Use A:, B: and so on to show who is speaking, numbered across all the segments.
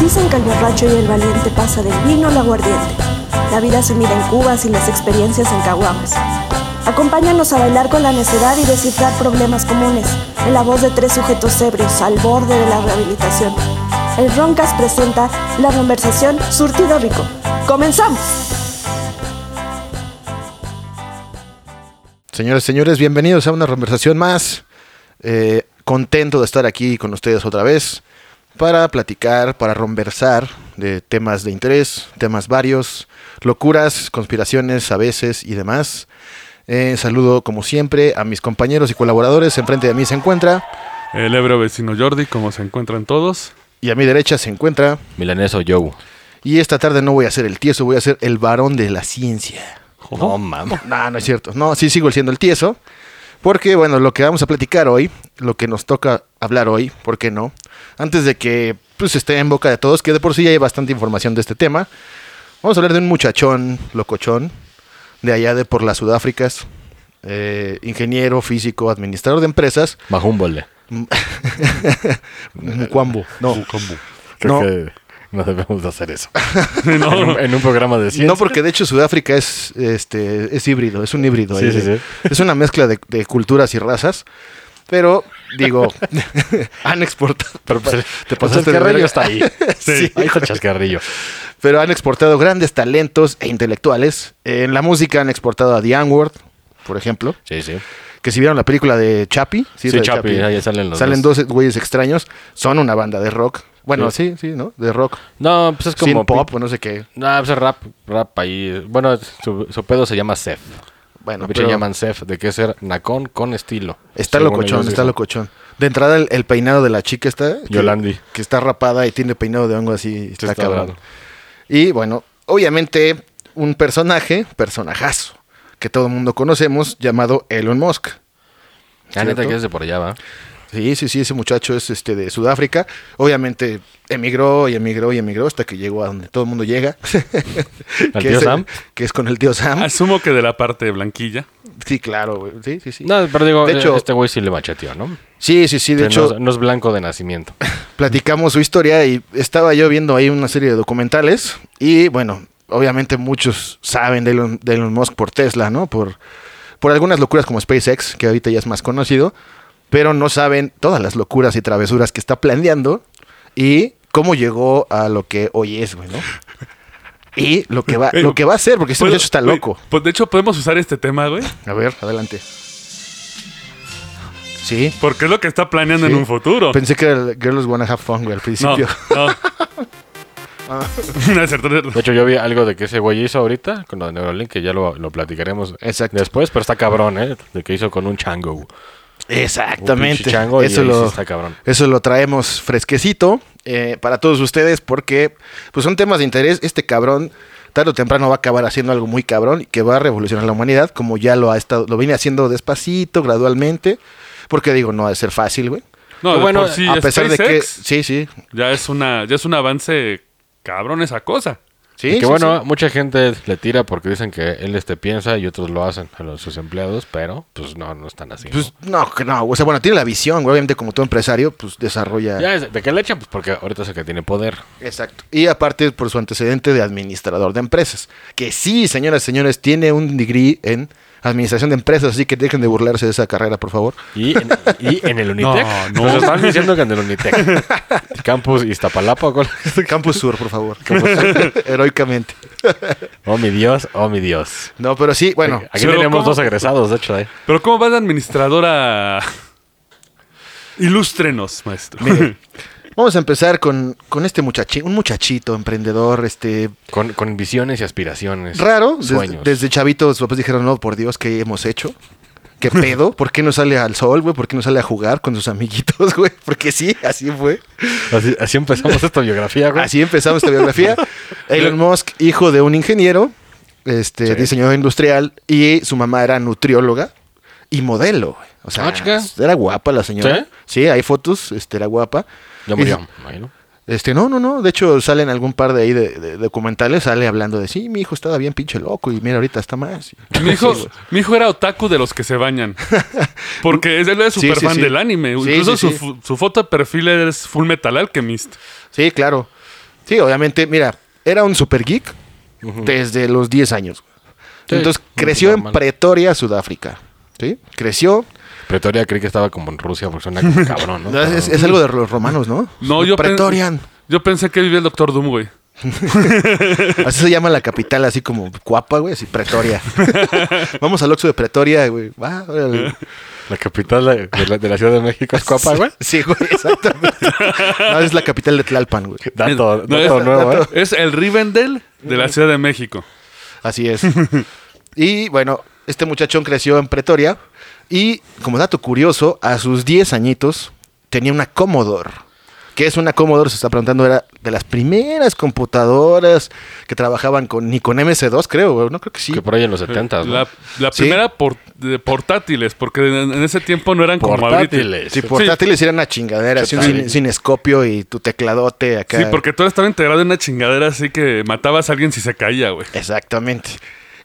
A: Dicen que el borracho y el valiente pasa del vino al aguardiente. La vida se mira en cubas y las experiencias en caguamas. Acompáñanos a bailar con la necedad y descifrar problemas comunes en la voz de tres sujetos ebrios al borde de la rehabilitación. El Roncas presenta la conversación Surtido Rico. ¡Comenzamos!
B: Señores, señores, bienvenidos a una conversación más. Eh, contento de estar aquí con ustedes otra vez para platicar, para conversar de temas de interés, temas varios, locuras, conspiraciones a veces y demás. Eh, saludo como siempre a mis compañeros y colaboradores. Enfrente de mí se encuentra
C: El ebro vecino Jordi, como se encuentran todos.
B: y a mi derecha se encuentra.
D: Milaneso Joe.
B: Y esta tarde no voy a ser el tieso, voy a ser el varón de la ciencia.
D: No mames.
B: No, no es cierto. No, sí sigo siendo el tieso. Porque, bueno, lo que vamos a platicar hoy, lo que nos toca hablar hoy, ¿por qué no? Antes de que pues, esté en boca de todos, que de por sí ya hay bastante información de este tema, vamos a hablar de un muchachón locochón de allá de por las Sudáfricas, eh, ingeniero, físico, administrador de empresas,
D: Majúmbole.
B: Mukwambo. No,
D: Creo
B: No.
D: que no debemos de hacer eso. en,
C: No.
D: un, en un programa de ciencia.
B: No, porque de hecho Sudáfrica es, este, es híbrido, es un híbrido.
D: Sí,
B: ahí
D: sí,
B: de-
D: sí.
B: Es una mezcla de, de culturas y razas. Pero, digo, han exportado.
D: Pero pues,
B: te pasaste
D: te pasaste
B: de
D: el
B: verga.
D: carrillo está ahí.
B: Sí.
D: Ahí está el chascarrillo.
B: Pero han exportado grandes talentos e intelectuales. En la música han exportado a The N-Word, por ejemplo.
D: Sí, sí.
B: Que si vieron la película de Chappie.
D: Sí,
B: de
D: Chappie, ahí salen los
B: dos. güeyes extraños. Son una banda de rock. Bueno, sí, sí, ¿no? De rock.
D: No, pues es como.
B: Sin pop, o no sé qué.
D: No, pues es rap, rap ahí. Bueno, su, su pedo se llama Sef.
B: Bueno,
D: Lo pinche
B: pero-
D: llaman Sef, de que ser nacón con estilo.
B: Está
D: Según
B: locochón,
D: ellos
B: está
D: dicen.
B: locochón. De entrada, el, el peinado de la chica está. que-
D: Yolandi.
B: Que, está rapada y tiene peinado de hongo así. Está,
D: está
B: cabrón.
D: raro.
B: Y bueno, obviamente, un personaje, personajazo, que todo el mundo conocemos, llamado Elon Musk.
D: Ah, neta
B: ¿Cierto?
D: que es de por allá, ¿va?
B: Sí, sí, sí, ese muchacho es este de Sudáfrica. Obviamente emigró y emigró y emigró hasta que llegó a donde todo el mundo llega.
D: ¿Al
B: Que
D: tío
B: es el-
D: Sam? Ah,
B: Que es con el tío Sam.
C: Asumo que de la parte de Blanquilla.
B: Sí, claro, güey. Sí, sí, sí.
D: No, pero digo,
B: De
D: eh,
B: hecho-
D: este güey sí le macheteó, ¿no?
B: Sí, sí, sí. De
D: O sea,
B: hecho,
D: no, es- no es blanco de nacimiento.
B: platicamos su historia y estaba yo viendo ahí una serie de documentales y bueno, obviamente muchos saben de Elon, de Elon Musk por Tesla, ¿no? Por, por algunas locuras como SpaceX, que ahorita ya es más conocido, pero no saben todas las locuras y travesuras que está planeando y cómo llegó a lo que hoy es, güey, ¿no? Y lo que va, lo que va a ser, porque este
C: Puedo-
B: muchacho está
C: güey,
B: loco.
C: Pues de hecho podemos usar este tema, güey.
B: A ver, adelante. Sí.
C: Porque es lo que está planeando
B: sí.
C: en un futuro.
B: Pensé que era el Girls Wanna Have Fun, güey, al
C: no,
B: principio. Ah.
C: no. No, es cierto, no es cierto.
D: De hecho, yo vi algo de que ese güey hizo ahorita con lo de Neuralink, que ya lo, lo platicaremos
B: Exacto.
D: después, pero está cabrón, ¿eh? De que hizo con un chango. güey. Un
B: Exactamente.
D: pinche chango y
B: eso,
D: ahí sí
B: lo,
D: está cabrón.
B: eso lo traemos fresquecito eh, para todos ustedes porque pues son temas de interés. Este cabrón tarde o temprano va a acabar haciendo algo muy cabrón y que va a revolucionar la humanidad como ya lo ha estado, lo viene haciendo despacito, gradualmente. Porque digo, no va a ser fácil, güey.
C: No,
D: Pero
C: de
D: bueno,
C: por sí,
B: a pesar de que...
C: SpaceX
B: Sí, sí.
C: Ya es, una, ya es un avance cabrón esa cosa.
B: Sí,
D: y que
B: sí,
D: bueno,
B: sí.
D: mucha gente le tira porque dicen que él este piensa y otros lo hacen a los, sus empleados, pero pues no, no están así. ¿no?
B: Pues no, que no. O sea, bueno, tiene la visión, güey. Obviamente como todo empresario, pues desarrolla...
D: ya, es- ¿de qué le echan? Pues porque ahorita es el que tiene poder.
B: Exacto. Y aparte por su antecedente de administrador de empresas, que sí, señoras y señores, tiene un degree en administración de empresas, así que dejen de burlarse de esa carrera, por favor.
D: Y en, y en el Unitec.
C: No, no.
D: Nos están diciendo que en el Unitec. Campus Iztapalapa. ¿o cuál?
B: Campus Sur, por favor. Heroicamente.
D: Oh, mi Dios, oh, mi Dios.
B: No, pero sí, bueno.
D: Aquí
C: Pero
D: tenemos
C: ¿cómo?
D: dos egresados, de hecho. eh. ahí.
C: Pero ¿cómo va de administradora? Ilústrenos, maestro.
B: Vamos a empezar con, con este muchachito, un muchachito emprendedor, este
D: Con, con visiones y aspiraciones.
B: raro. Des-
D: Sueños.
B: desde chavitos, papás dijeron, no, por Dios, ¿qué hemos hecho? ¿Qué pedo? ¿Por qué no sale al sol, güey? ¿Por qué no sale a jugar con sus amiguitos, güey? Porque sí, así fue.
D: Así, así empezamos esta biografía, güey.
B: Así empezamos esta biografía. Elon Musk, hijo de un ingeniero, este,
D: Sí.
B: diseñador industrial, y su mamá era nutrióloga y modelo. güey. O sea,
D: Ah, chica.
B: era guapa la señora. ¿Sí? hay fotos, este, era guapa.
D: Ya murió. Ay, ¿no?
B: Y, Este, no, no, no. De hecho, salen algún par de ahí de, de documentales, sale hablando de sí, mi hijo estaba bien pinche loco, y mira, ahorita está más.
C: Mi hijo,
B: Sí, güey.
C: mi hijo era otaku de los que se bañan. Porque es- él es
B: Sí,
C: súper
B: sí,
C: fan
B: sí.
C: del anime.
B: Sí,
C: Incluso
B: sí,
C: su,
B: sí.
C: fu- su foto de perfil es Full Metal Alchemist.
B: Sí, claro. Sí, obviamente, mira, era un super geek desde los 10 años.
D: Sí,
B: Entonces
D: muy
B: creció en
D: normal.
B: Pretoria, Sudáfrica. ¿Sí? Creció.
D: Pretoria creí que estaba como en Rusia porque suena como cabrón, ¿no?
B: Es,
D: Pero-
B: es algo de los romanos, ¿no?
C: No, yo pen-
B: Pretorian.
C: Yo pensé que vivía el Doctor Doom, güey.
B: Así se llama la capital, así como Cuapa, güey, así Pretoria. Vamos al Oxxo de Pretoria, güey. Va, órale.
D: La capital de de la, de la Ciudad de México es Coapa, güey.
B: Sí, güey, exactamente. No, es la capital de Tlalpan, güey.
D: Dato,
C: No,
D: dato
C: es-
D: nuevo, ¿eh?
C: Es el Rivendell de la Ciudad de México.
B: Así es. y bueno, este muchachón creció en Pretoria y, como dato curioso, a sus 10 añitos tenía una Commodore. ¿Qué es una Commodore? Se está preguntando, era de las primeras computadoras que trabajaban con, ni con MC2, creo, güey, no creo que sí.
D: Que por ahí en los 70 ¿no?
C: La, la
B: Sí.
C: primera por, de portátiles, porque en, en ese tiempo no eran como ahorita.
D: Portátiles.
B: Sí, portátiles eran una chingadera, así un
D: Sí.
B: cine- cinescopio y tu tecladote acá.
C: Sí, porque todo estaba integrado en una chingadera, así que matabas a alguien si se caía, güey.
B: Exactamente.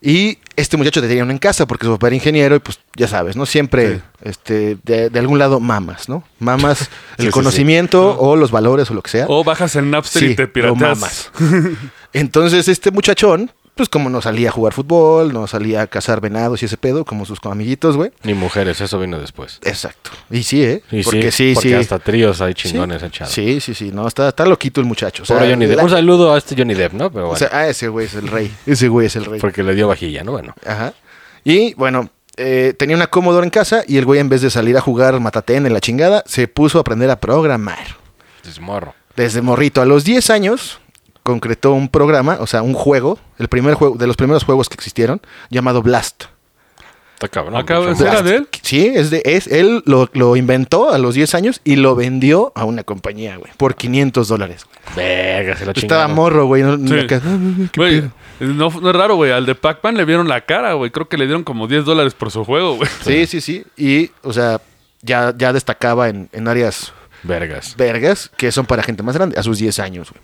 B: Y este muchacho tenía uno en casa porque su papá era ingeniero y pues ya sabes, ¿no? Siempre este, de, de algún lado mamas, ¿no? Mamas el
D: sí, sí.
B: conocimiento o los valores o lo que sea.
C: O bajas el Napster
B: Sí,
C: y te
B: lo
C: pirateas.
B: mamas. Entonces este muchachón, pues como no salía a jugar fútbol, no salía a cazar venados y ese pedo, como sus amiguitos, güey.
D: Ni mujeres, eso vino después.
B: Exacto. Y sí, ¿eh?
D: Y
B: porque sí, sí.
D: porque hasta tríos hay
B: Sí.
D: chingones echados.
B: Sí, sí, sí. No, está, está loquito el muchacho. O sea,
D: Pobre Johnny Depp.
B: la-
D: Un saludo a este Johnny Depp, ¿no? Pero
B: o
D: bueno,
B: sea, eh, ah, ese güey es el rey. Ese güey es el rey.
D: porque le dio vajilla, ¿no? Bueno.
B: Ajá. Y bueno, eh, tenía una Commodore en casa y el güey en vez de salir a jugar matatén en la chingada, se puso a aprender a programar.
D: Es morro.
B: Desde morrito a los 10 años concretó un programa, o sea, un juego, el primer juego de los primeros juegos que existieron, llamado Blast.
D: Está cabrón.
C: Acaba de
D: mucho
C: ser
D: morro.
C: ¿Era de él?
B: Sí, es de es él lo, lo inventó a los 10 años y lo vendió a una compañía, güey, por 500 dólares.
D: Verga, se la
B: Estaba
D: chingaron.
B: morro, güey. no-
C: Sí.
B: acá, "Ah, qué
C: Güey,
B: pedo".
C: no, no es raro, güey. Al de Pac-Man le vieron la cara, güey. Creo que le dieron como 10 dólares por su juego, güey.
B: Sí, sí, sí. Y, o sea, ya, ya destacaba en, en áreas
D: Vergas.
B: vergas que son para gente más grande, a sus 10 años, güey.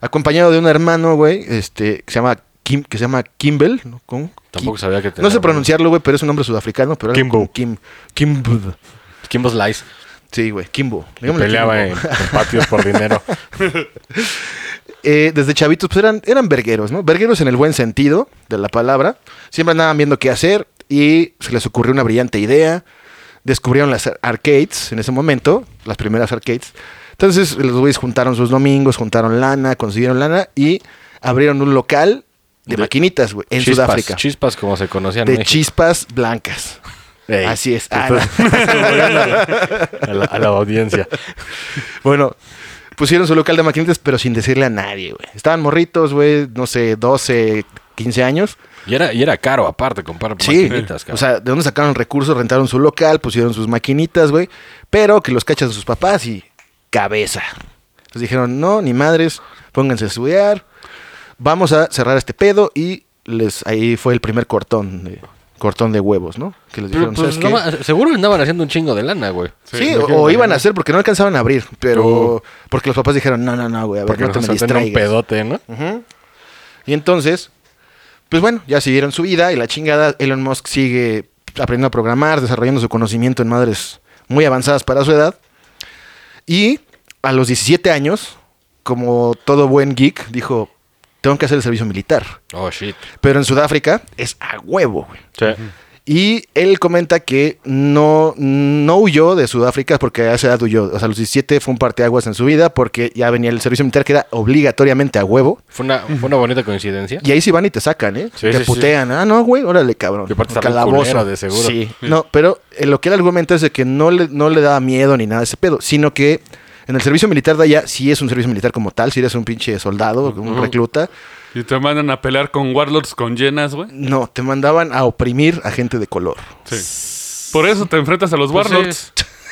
B: Acompañado de un hermano, güey, este, que se llama Kim, que se llama Kimbel, ¿no? ¿Cómo?
D: Tampoco
B: Kim-
D: sabía que tenía
B: No sé
D: nombre.
B: pronunciarlo, güey, pero es un nombre sudafricano, pero algo
D: Kimbo.
B: como Kim Kimbo.
D: Kimbo Slice.
B: Sí, güey, Kimbo.
D: que
B: Digámosle
D: Peleaba en,
B: Kimbo.
D: en patios por dinero.
B: Eh, desde chavitos, pues eran, eran vergueros, ¿no? Vergueros en el buen sentido de la palabra. Siempre andaban viendo qué hacer y se les ocurrió una brillante idea. Descubrieron las ar- arcades en ese momento, las primeras arcades. Entonces, los güeyes juntaron sus domingos, juntaron lana, consiguieron lana y abrieron un local de,
D: De-
B: maquinitas, güey, en
D: chispas,
B: Sudáfrica.
D: Chispas como se conocían
B: de
D: en México.
B: chispas blancas.
D: Ey,
B: Así es. Ah,
D: estás- a, la, a la audiencia.
B: Bueno, pusieron su local de maquinitas, pero sin decirle a nadie, güey. Estaban morritos, güey, no sé, 12, 15 años.
D: Y era, y era caro, aparte, comprar
B: Sí,
D: maquinitas, cabrón.
B: o sea, ¿de dónde sacaron recursos? Rentaron su local, pusieron sus maquinitas, güey. Pero que los cachan sus papás y cabeza. Les dijeron, no, ni madres, pónganse a estudiar. Vamos a cerrar este pedo y les ahí fue el primer cortón de, cortón de huevos, ¿no? Que les
D: Pero,
B: dijeron,
D: pues,
B: "¿Sabes qué?".
D: no ma- seguro andaban haciendo un chingo de lana, güey.
B: Sí, o, o iban a hacer porque no alcanzaban a abrir, pero porque los papás dijeron, no, no, no, güey, a ver,
D: Oh. Porque
B: no te
D: nos
B: me
D: saltan un
B: distraigas".
D: pedote, ¿no?
B: Y entonces, pues bueno, ya siguieron su vida y la chingada. Elon Musk sigue aprendiendo a programar, desarrollando su conocimiento en madres muy avanzadas para su edad. Y a los 17 años, como todo buen geek, dijo, tengo que hacer el servicio militar.
D: Oh, shit.
B: Pero en Sudáfrica es a huevo, güey.
D: Sí.
B: Y él comenta que no, no huyó de Sudáfrica porque a esa edad huyó. O sea, a los 17 fue un parteaguas en su vida porque ya venía el servicio militar que era obligatoriamente a huevo.
D: Fue una, fue una bonita coincidencia.
B: Y ahí sí van y te sacan, ¿eh?
D: Sí,
B: te
D: sí, sí.
B: putean. Ah, no, güey, órale, cabrón.
D: Y aparte está bien culero, de seguro. Mm.
B: Sí. No, pero eh, lo que él argumenta es de que no le, no le da miedo ni nada de ese pedo, sino que en el servicio militar de allá sí es un servicio militar como tal, si eres un pinche soldado, un recluta.
C: Y te mandan a pelear con Warlords con llenas, güey.
B: No, te mandaban a oprimir a gente de color.
C: Sí. Por eso te enfrentas a los
D: Pues,
C: Warlords.
D: Sí, sí.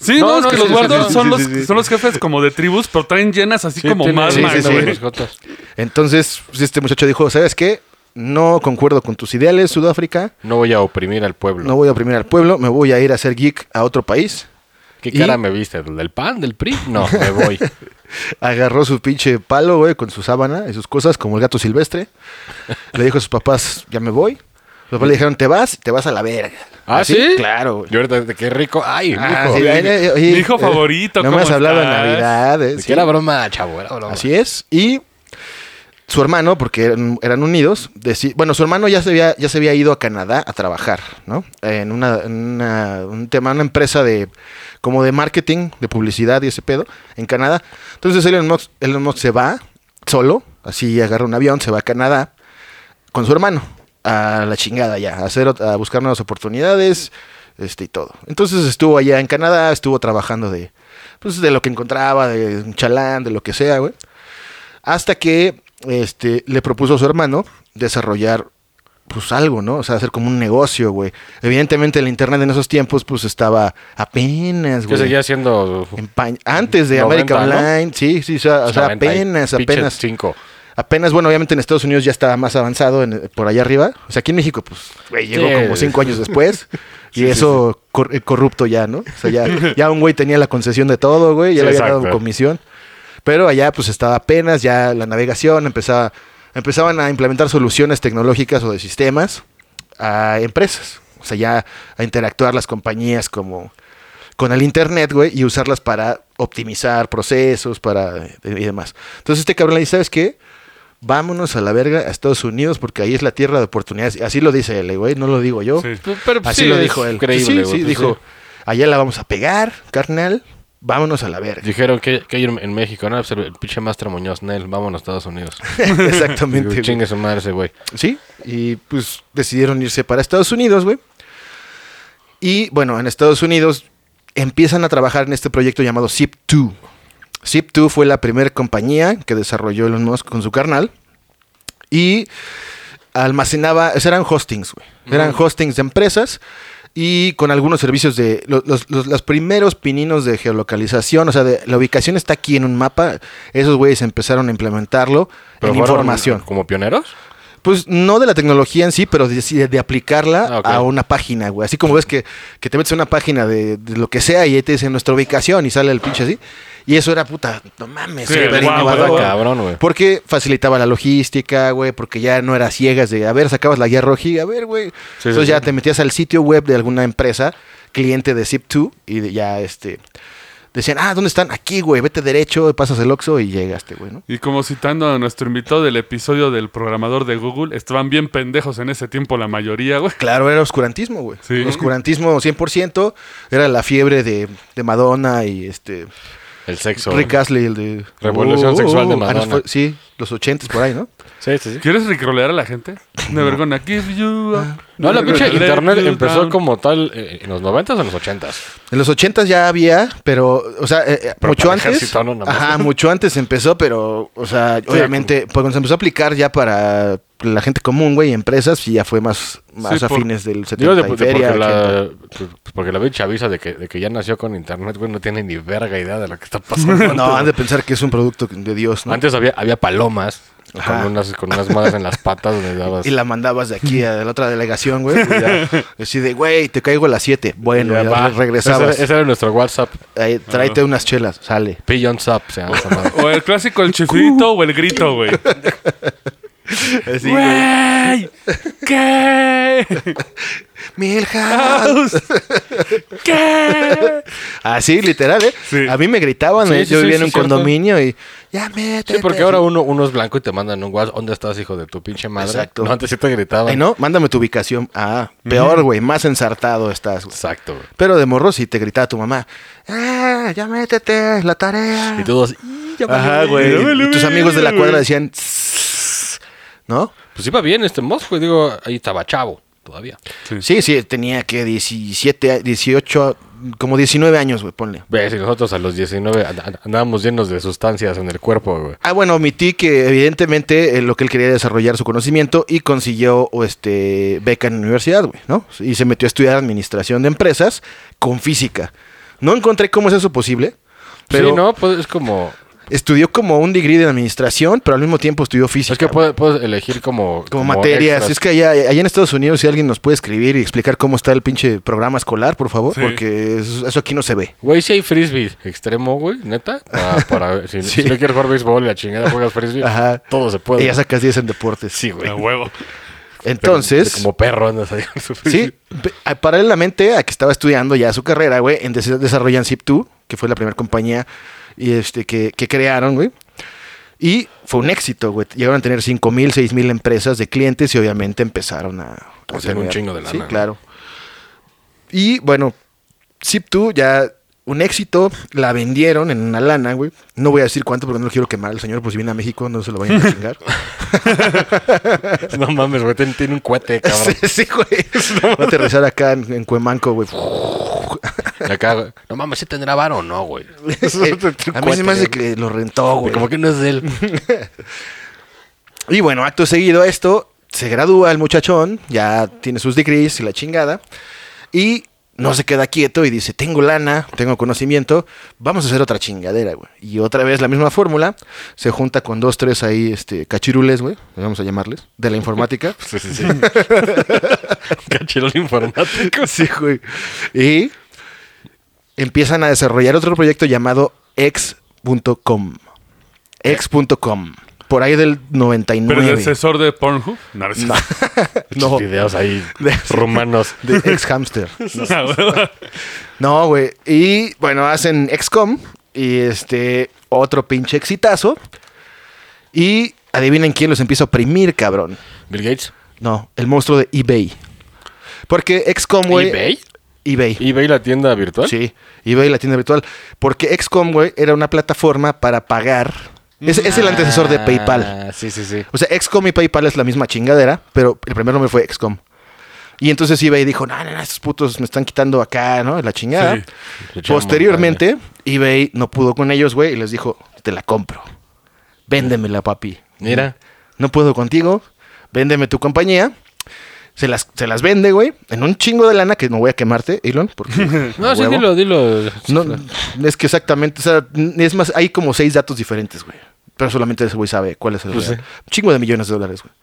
C: Sí, no, es que
D: sí,
C: los
D: sí,
C: Warlords
D: sí, sí,
C: son,
D: sí,
C: los,
D: sí, sí.
C: son los jefes como de tribus, pero traen llenas así
D: Sí,
C: como
D: tiene-
C: más
D: sí,
B: Max,
D: sí,
B: ¿no,
D: sí,
B: güey?
D: mascotas.
B: Entonces, pues, este muchacho dijo, ¿sabes qué? No concuerdo con tus ideales, Sudáfrica.
D: No voy a oprimir al pueblo.
B: No voy a oprimir al pueblo, me voy a ir a ser geek a otro país.
D: ¿Qué
B: Y-
D: cara me viste? ¿Del del pan? ¿Del PRI? No, me voy.
B: Agarró su pinche palo, güey, con su sábana y sus cosas, como el gato silvestre. Le dijo a sus papás, ya me voy. Los papás le dijeron, te vas, te vas a la verga.
D: ¿Ah,
B: Así,
D: sí?
B: Claro, güey.
D: Yo ahorita, de qué rico. Ay,
B: Ah,
D: mijo.
B: sí,
D: De
B: eh, eh, oye,
C: Mi hijo
B: eh,
C: favorito,
B: No me has
C: ¿cómo
B: hablado en
C: estás?
B: Navidad. eh,
D: que
B: sí.
D: era broma, chavo, era broma.
B: Así es. Y su hermano, porque eran, eran unidos, deci- bueno, su hermano ya se, había, ya se había ido a Canadá a trabajar, ¿no? En una, en una- un tema, una empresa de como de marketing, de publicidad y ese pedo, en Canadá. Entonces Elon Musk, Elon Musk se va solo, así agarra un avión, se va a Canadá con su hermano a la chingada ya, a, hacer, ot- a buscar nuevas oportunidades este y todo. Entonces estuvo allá en Canadá, estuvo trabajando de, pues, de lo que encontraba, de un chalán, de lo que sea, güey. Hasta que este, le propuso a su hermano desarrollar pues algo, ¿no? O sea, hacer como un negocio, güey. Evidentemente el internet en esos tiempos pues estaba apenas,
D: Que
B: güey.
D: seguía siendo...
B: en pañ- Antes de
D: 90,
B: América
D: ¿no?
B: Online, sí, sí, o sea, o sea, apenas, apenas.
D: 5.
B: Apenas, bueno, obviamente en Estados Unidos ya estaba más avanzado en- por allá arriba. O sea, aquí en México, pues, güey, llegó
D: Sí.
B: como cinco años después. y eso cor- eh, corrupto ya, ¿no? O sea, ya, ya un güey tenía la concesión de todo, güey, ya
D: Sí,
B: le había dado
D: exacto.
B: comisión. Pero allá, pues, estaba apenas, ya la navegación empezaba, empezaban a implementar soluciones tecnológicas o de sistemas a empresas. O sea, ya a interactuar las compañías como con el internet, güey, y usarlas para optimizar procesos, para eh, y demás. Entonces este cabrón le dice, ¿sabes qué? Vámonos a la verga a Estados Unidos porque ahí es la tierra de oportunidades. Así lo dice él, güey, no lo digo yo.
C: Sí.
D: Pero, pues,
B: Así
D: sí,
B: lo
D: es
B: dijo él.
D: Creíble,
B: pues, sí,
D: güey,
B: sí,
D: pues,
B: dijo, allá la vamos a pegar, carnal, vámonos a la verga.
D: Dijeron que, que hay en, en México, ¿no? Pues el, el pinche Maestro Muñoz, Nel, vámonos a Estados Unidos.
B: Exactamente.
D: Digo,
B: güey.
D: Chingue su madre ese güey.
B: Sí, y pues decidieron irse para Estados Unidos, güey. Y bueno, en Estados Unidos empiezan a trabajar en este proyecto llamado Zip2. Zip2 fue la primera compañía que desarrolló Elon Musk con su carnal. Y almacenaba, o sea, eran hostings, güey. Eran hostings de empresas y con algunos servicios de lo- los, los- los primeros pininos de geolocalización, o sea, de, la ubicación está aquí en un mapa. Esos güeyes empezaron a implementarlo
D: Pero
B: en
D: fueron
B: información.
D: ¿Como pioneros?
B: Pues no de la tecnología en sí, pero de, sí de- de aplicarla
D: Ah, ok.
B: a una página, güey. Así como ves que, que te metes a una página de, de lo que sea y ahí te dice nuestra ubicación y sale el pinche así. Y eso era puta, no mames,
C: Sí,
B: súper
C: guau,
B: innovador.
C: guau,
D: cabrón, güey.
B: Porque facilitaba la logística, güey, porque ya no eras ciegas de, a ver, sacabas la guía roja y a ver, güey.
D: sí,
B: Entonces
D: sí.
B: ya te metías al sitio web de alguna empresa, cliente de Zip2, y de- ya este... Decían, ah, ¿dónde están? Aquí, güey, vete derecho, pasas el Oxxo y llegaste, güey, ¿no?
C: Y como citando a nuestro invitado del episodio del programador de Google, estaban bien pendejos en ese tiempo la mayoría, güey.
B: Claro, era oscurantismo, güey.
C: Sí.
B: Oscurantismo 100%. Era la fiebre de, de Madonna y este.
D: El sexo.
B: Rick Astley, el de.
D: Revolución sexual de Madonna.
B: Ah, no, fue- sí, los 80 por ahí, ¿no?
D: Sí, sí, sí.
C: ¿Quieres ricrolear a la gente? De vergüenza. Give you a-
D: No, la pinche
C: Let
D: internet
C: you
D: empezó
C: down.
D: como tal eh, en los 90 o en los 80
B: En los 80 ya había, pero, o sea, eh, eh,
D: Pero
B: mucho
D: para
B: antes.
D: ejército, ¿no? Nada más.
B: Ajá, mucho antes empezó, pero, o sea, obviamente, pues, cuando se empezó a aplicar ya para la gente común, güey, y empresas, sí ya fue más, más
C: Sí,
B: a
C: por-
B: fines del 70
D: Digo, de,
B: y
D: de-
B: feria,
D: porque,
B: 80.
D: la, pues, porque la bicha avisa de que, de que ya nació con internet, güey, no tiene ni verga idea de lo que está pasando.
B: No, han de pensar que es un producto de Dios, ¿no?
D: Antes había, había palomas
B: Ajá.
D: con unas, con unas madres en las patas donde dabas.
B: Y la mandabas de aquí a la otra delegación, güey. pues ya. Así de, güey, te caigo a las 7. Bueno,
D: Ya
B: ya
D: va.
B: re- regresabas.
D: Ese, ese era Ah. nuestro WhatsApp.
B: Ahí, tráete unas chelas, sale.
D: Pigeon Zap se llama esa madre.
C: O el clásico, el chiflito o el grito, güey. ¡Güey! ¿Qué?
B: Milhouse.
C: House. ¿Qué?
B: Así, literal, ¿eh?
C: Sí.
B: A mí me gritaban,
D: Sí,
B: ¿eh?
D: sí,
B: Yo
D: sí,
B: vivía
D: sí,
B: en un
D: cierto.
B: condominio y. Ya métete.
D: Sí, porque ahora uno, uno es blanco y te mandan un WhatsApp. ¿Dónde estás, hijo de tu pinche madre?
B: Exacto.
D: No, antes sí te gritaban.
B: Ay, no, mándame tu ubicación. Ah, peor, güey, más ensartado estás. güey.
D: Exacto, güey.
B: Pero de morro sí te gritaba tu mamá. ¡Ah, ya métete! La tarea.
D: Y todos. "Y, ya
B: Ajá,
D: valió".
B: güey.
C: Ya valió
B: Y tus amigos de la
C: verga,
B: cuadra
C: güey.
B: decían. "Tss", ¿No?
D: Pues iba bien este mosco, güey. Digo, ahí estaba chavo todavía.
B: Sí, sí, tenía que 17, a- 18, como 19 años, güey, ponle.
D: Ves, y nosotros a los 19 and- and- andábamos llenos de sustancias en el cuerpo, güey.
B: Ah, bueno, omití que evidentemente eh, lo que él quería era desarrollar su conocimiento y consiguió o, este beca en la universidad, güey, ¿no? Y se metió a estudiar administración de empresas con física. No encontré cómo es eso posible, pero
D: sí, ¿no? Pues es como...
B: estudió como un degree de administración, pero al mismo tiempo estudió física.
D: es que
B: güey.
D: puedes, puedes elegir como...
B: como, materias.
D: extras.
B: Es que allá, allá en Estados Unidos, si alguien nos puede escribir y explicar cómo está el pinche programa escolar, por favor,
C: Sí.
B: porque eso, eso aquí no se ve.
D: Güey, si hay frisbee extremo, güey, neta. Para, para- si,
B: Sí.
D: si no quieres jugar béisbol y la chingada juegas frisbee,
B: Ajá.
D: todo se
B: Y
D: puede.
B: ya sacas 10 en deportes.
D: Sí, güey.
C: A huevo.
B: Entonces.
D: Como perro andas ahí con su
B: Sí, pe- a- paralelamente a que estaba estudiando ya su carrera, güey, en des- desarrollan Zip2, que fue la primera compañía y este, que, que crearon, güey. Y fue un éxito, güey. Llegaron a tener 5 mil, 6 mil empresas de clientes y obviamente empezaron a... a
D: Hacer un
B: tener-
D: chingo de
B: Sí,
D: lana, ¿no?
B: claro. Y bueno, Zip2 ya un éxito, la vendieron en una lana, güey. No voy a decir cuánto porque no lo quiero quemar al señor, pues si viene a México no se lo vayan a chingar.
D: Ah, No mames, güey, tiene, tiene un cuate, cabrón.
B: sí, sí, güey. Va a aterrizar acá en, en Cuemanco, güey.
D: Y acá, güey, no mames, ¿sí tendrá varo o no, güey?
B: Eh, a mí se me hace
D: Cuate,
B: que lo rentó,
D: güey,
B: güey.
D: Como que no es de él.
B: Y bueno, acto seguido a esto, se gradúa el muchachón, ya tiene sus degrees y la chingada, y no se queda quieto y dice, tengo lana, tengo conocimiento, vamos a hacer otra chingadera, güey. Y otra vez la misma fórmula, se junta con dos, tres ahí, este, cachirules, güey, vamos a llamarles, de la informática.
D: Sí, sí, sí. Cachirol informático.
B: Sí, güey. Y empiezan a desarrollar otro proyecto llamado X.com. X.com. Por ahí del
C: Pero
B: 99.
C: el asesor de Pornhub. No, no es cierto.
B: No.
D: No. videos ahí rumanos.
B: De ex hamster.
D: Ah,
C: No, güey.
B: No, güey. Y bueno, hacen XCOM y este otro pinche exitazo. Y adivinen quién los empieza a oprimir, cabrón.
D: Bill Gates.
B: No, el monstruo de eBay. Porque XCOM, güey.
D: ¿eBay?
B: eBay.
D: ¿eBay la tienda virtual?
B: Sí, eBay, la tienda virtual. Porque XCOM, güey, era una plataforma para pagar. Es, es el antecesor de PayPal.
D: Ah, Sí, sí, sí.
B: O sea, XCOM y PayPal es la misma chingadera, pero el primer nombre fue XCOM. Y entonces eBay dijo, no, no, no, estos putos me están quitando acá, ¿no? La chingada.
C: Sí.
D: Le echamos,
B: Posteriormente, eBay no pudo con ellos, güey, y les dijo, te la compro. Véndemela, papi.
D: Mira.
B: No puedo contigo, véndeme tu compañía. Se las, se las vende, güey, en un chingo de lana que no voy a quemarte, Elon, porque...
D: No,
B: a
D: sí,
B: huevo.
D: dilo, dilo.
B: No, es que exactamente, o sea, es más, hay como seis datos diferentes, güey. Pero solamente ese güey sabe cuál es el real. Un chingo de millones de dólares, güey.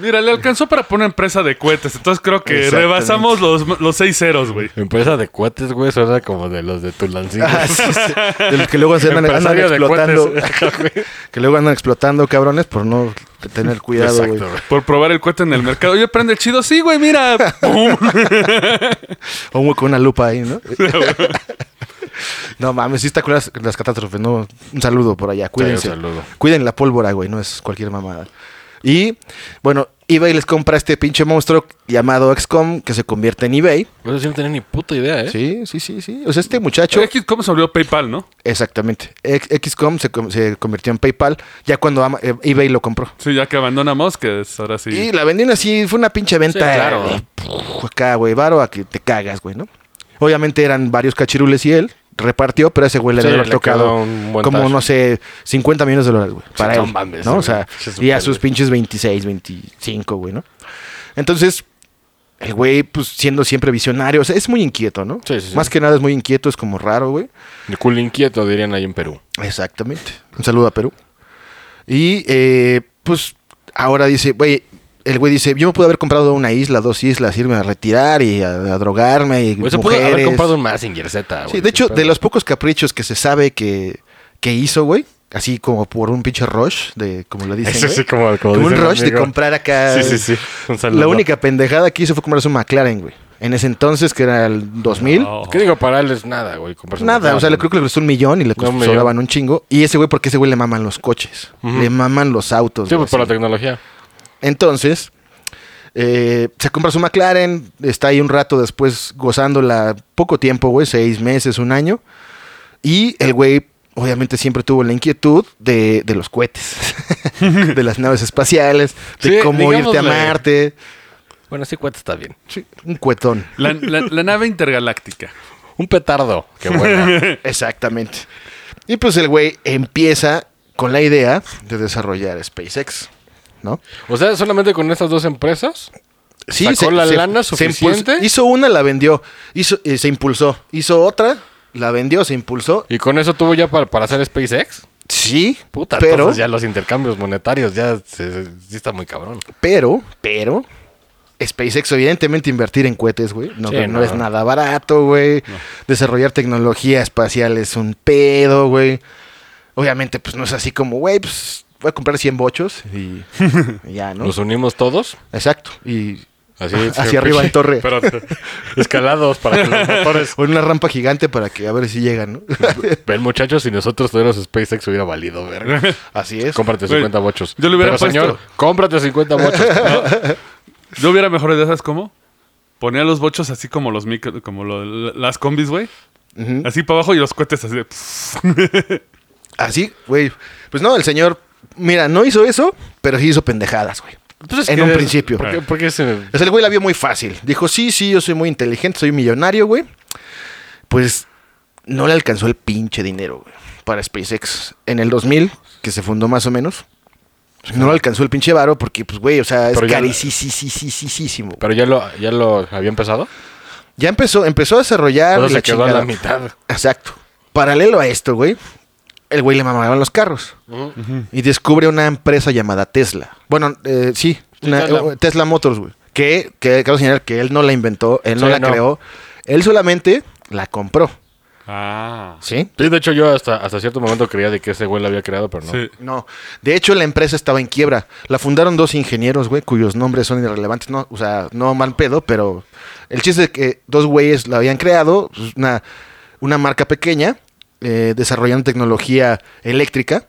C: Mira, le alcanzó para poner empresa de cohetes. Entonces creo que
B: Exactamente.
C: rebasamos los, los seis ceros, güey.
D: Empresa de cuates, güey, suena como de los de Tulancingo.
B: Ah, De los que luego se andan, andan
D: Ah, Empresario de
B: explotando. que luego andan explotando, cabrones, por no tener cuidado, güey.
D: Exacto, güey.
C: Por probar el cohete en el mercado. Oye, prende el chido. Sí, güey, mira. ¡Pum!
B: O un güey con una lupa ahí, ¿no? no mames, sí está con las, las catástrofes, ¿no? Un saludo por allá, cuídense.
D: un saludo.
B: Cuiden la pólvora, güey, no es cualquier mamada. Y, bueno, eBay les compra este pinche monstruo llamado XCOM que se convierte en eBay.
D: Eso sí no tenía ni puta idea, ¿eh?
B: Sí, sí, sí, sí. O sea, este muchacho.
C: X, ¿Cómo se volvió PayPal, no?
B: Exactamente. X- XCOM se, com- se convirtió en PayPal ya cuando ama- eh, eBay lo compró.
C: Sí, ya que abandona Musk, es ahora sí.
B: Y la vendieron así, fue una pinche venta.
D: Sí, claro.
B: eh, puf, acá, güey, varo a que te cagas, güey, ¿no? Obviamente eran varios cachirules y él repartió, pero a ese güey le
D: Sí,
B: debe haber
D: le quedó
B: tocado
D: un buen
B: como,
D: tacho.
B: no sé, 50 millones de dólares, güey. Para
D: no
B: él.
D: mames,
B: ¿no?
D: güey.
B: O sea,
D: Pinches
B: y a
D: super-
B: sus pinches 26, 25, güey, ¿no? Entonces, el güey, pues siendo siempre visionario, o sea, es muy inquieto, ¿no?
D: Sí, sí, sí.
B: Más que nada es muy inquieto, es como raro, güey.
D: De culo inquieto, dirían ahí en Perú.
B: Exactamente. Un saludo a Perú. Y eh, pues ahora dice, güey, el güey dice, yo me pude haber comprado una isla, dos islas, irme a retirar y a, a drogarme y
D: Güey, Pues, se pudo
B: mujeres.
D: haber comprado un Mazinger Z, güey.
B: Sí, de hecho,
D: Qué
B: de
D: pedo.
B: los pocos caprichos que se sabe que, que hizo, güey, así como por un pinche rush, de como lo dicen,
D: Eso
B: güey,
D: sí, como, como
B: como un
D: dice mi
B: rush de
D: amigo.
B: comprar acá.
D: Sí, sí, sí. Un saludo.
B: La única pendejada que hizo fue comprarse un McLaren, güey. En ese entonces, que era el 2000.
C: No.
D: ¿Qué digo? Para él es nada, güey. comprarse un
B: Nada, o sea, le creo que le costó un millón y le
D: No,
B: costó,
D: un millón.
B: sobraban un chingo. Y ese güey, porque ese güey le maman los coches,
D: Ujú.
B: le maman los autos.
D: Sí,
B: güey,
D: pues por la
B: así.
D: tecnología.
B: Entonces, eh, se compra su McLaren, está ahí un rato después gozándola, poco tiempo, güey, seis meses, un año. Y el güey, obviamente, siempre tuvo la inquietud de, de los cohetes, de las naves espaciales, de
D: Sí,
B: cómo irte a
D: digámosle.
B: Marte.
D: Bueno, sí, cuate está bien.
B: Un cuetón.
C: La, la- la nave intergaláctica.
D: Un petardo. Qué bueno.
B: Exactamente. Y pues el güey empieza con la idea de desarrollar SpaceX, ¿no?
D: o sea, solamente con estas dos empresas. ¿Sacó la lana suficiente?
B: impulsó. hizo una, la vendió. Hizo, eh, se impulsó. Hizo otra, la vendió, se impulsó.
D: Y con eso tuvo ya para, para hacer SpaceX.
B: Sí,
D: Puta,
B: pero,
D: entonces ya los intercambios monetarios ya se- se- sí está muy cabrón.
B: pero, pero... SpaceX, evidentemente, invertir en cohetes, güey. No,
D: Sí,
B: no
D: no.
B: es nada barato, güey. Desarrollar tecnología espacial es un pedo, güey. Obviamente, pues no es así como, güey, pues voy a comprar 100 bochos y, y ya, ¿no?
D: Nos unimos todos.
B: Exacto. Y
D: Así,
B: hacia arriba en torre.
D: Pero escalados para que los motores.
B: O en una rampa gigante para que a ver si llegan, ¿no?
D: Ven, muchachos, si nosotros tuviéramos SpaceX hubiera valido, verga.
B: Así es.
D: Cómprate
C: Güey,
D: 50 bochos.
C: yo le hubiera
D: Pero, señor,
C: puesto-
D: cómprate 50 bochos.
C: Yo hubiera mejor idea, ¿sabes cómo? Ponía los bochos así como los micro, como lo- las combis, güey.
B: Ujú.
C: Así para abajo y los cohetes así de...
B: Así, güey. Pues no, el señor, mira, no hizo eso, pero sí hizo pendejadas, güey.
D: pues
B: en un principio.
D: ¿Por qué, por qué se-
B: O sea, el güey la vio muy fácil. Dijo, sí, sí, yo soy muy inteligente, soy millonario, güey. Pues no le alcanzó el pinche dinero, güey, para SpaceX. En el 2000, que se fundó más o menos, pues no le alcanzó el pinche varo porque, pues, güey, o sea, es
D: Pero ya-
B: carísimo.
D: Pero ya lo, ya lo había empezado.
B: Ya empezó, empezó a desarrollar
D: Todo
B: la
D: se quedó a
B: chingada.
D: la mitad.
B: Exacto. Paralelo a esto, güey, el güey le mamaban los carros. Y descubre una empresa llamada Tesla. Bueno, eh, sí, una-
D: Tesla.
B: eh, Tesla Motors, güey. Que, que cabe señalar que él no la inventó, él no
D: Sí,
B: la
D: no.
B: creó. Él solamente la compró,
C: Ah.
B: ¿sí?
D: Sí, de hecho, yo hasta, hasta cierto momento creía de que ese güey lo había creado, pero no.
C: Sí.
B: No. De hecho, la empresa estaba en quiebra. La fundaron dos ingenieros, güey, cuyos nombres son irrelevantes. No, o sea, no mal pedo, pero el chiste es que dos güeyes la habían creado, pues, una, una marca pequeña, eh, desarrollando tecnología eléctrica.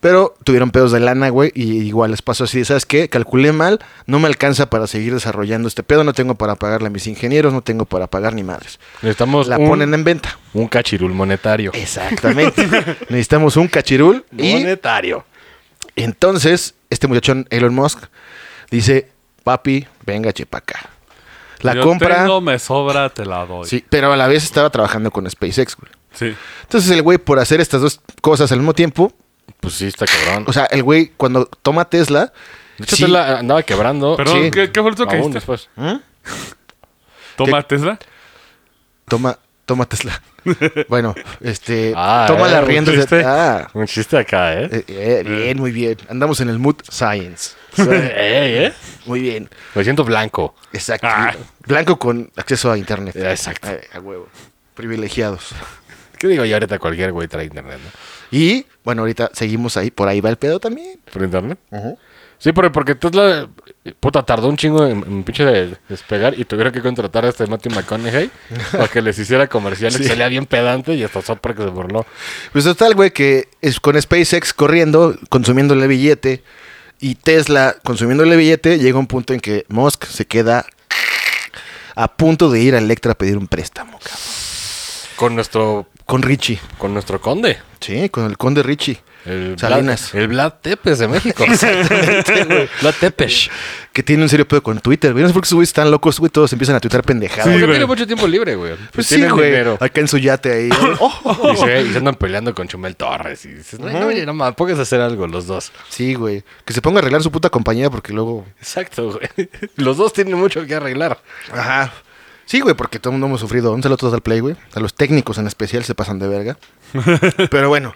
B: Pero tuvieron pedos de lana, güey, y igual les pasó así, de, ¿sabes qué? Calculé mal, no me alcanza para seguir desarrollando este pedo, no tengo para pagarle a mis ingenieros, no tengo para pagar ni madres.
D: Necesitamos
B: La
D: un,
B: ponen en Eh. venta.
D: un cachirul monetario.
B: Exactamente. Necesitamos un cachirul y
D: Monetario.
B: entonces, este muchachón, Elon Musk, dice, papi, venga, chepa acá. La
C: Yo
B: compra,
C: tengo, me sobra, te la doy.
B: sí, pero a la vez estaba trabajando con SpaceX, güey.
C: Sí.
B: Entonces el güey, por hacer estas dos cosas al mismo tiempo,
D: Pues sí, está cabrón.
B: o sea, el güey cuando toma Tesla,
D: de hecho,
B: sí,
D: Tesla andaba quebrando.
C: Perdón,
B: Sí. Eh,
C: ¿qué, qué fue lo que
D: aún
C: dijiste?
D: después.
C: ¿Toma Tesla?
B: toma, toma Tesla. bueno, este,
D: Ah,
B: toma
D: eh,
B: las
D: un
B: riendas de...
D: chiste.
B: Ah,
D: Un chiste acá, ¿eh?
B: eh, eh, bien, muy bien. Andamos en el mood science.
D: Ey, ¿eh?
B: Muy bien.
D: Me siento blanco.
B: Exacto.
C: Ah.
B: Blanco con acceso a internet.
D: Eh, Exacto.
B: Eh, a huevo. Privilegiados.
D: ¿Qué digo yo ahorita? Cualquier güey trae internet, ¿no?
B: Y bueno, ahorita seguimos ahí, por ahí va el pedo también.
D: ¿Por internet? Sí, pero porque Tesla, eh, puta, tardó un chingo en, en pinche de- despegar y tuvieron que contratar a este Matthew McConaughey para que les hiciera comerciales.
B: Sí.
D: Se Salía bien pedante y hasta sopra que se burló.
B: Pues total, güey, que es con SpaceX corriendo, consumiéndole billete, y Tesla consumiéndole billete, llega un punto en que Musk se queda a punto de ir a Electra a pedir un préstamo, cabrón.
D: Con nuestro,
B: Con Richie.
D: con nuestro conde.
B: Sí, con el conde Richie.
D: El
B: Salinas.
D: Vlad, el Vlad Tepes de México. Vlad Tepes.
B: Que tiene un serio pedo con Twitter, güey. No sé por qué esos güeyes están locos, güey. Todos empiezan a tuitar pendejadas.
D: Porque
B: güey.
D: tiene
C: güey.
D: mucho tiempo libre, güey.
B: Pues sí,
D: Tienen
B: güey.
D: dinero.
B: Acá en su yate ahí. Oh, oh, oh.
D: Y se, y se andan peleando con Chumel Torres. Y dices, no, no, oye, no mames, póngase a hacer algo los dos.
B: Sí, güey. Que se ponga a arreglar su puta compañía porque luego
D: Exacto, güey. Los dos tienen mucho que arreglar.
B: Ajá. Sí, güey, porque todo el mundo hemos sufrido. Un saludo a todos al Play, güey. A los técnicos en especial se pasan de verga. Pero bueno.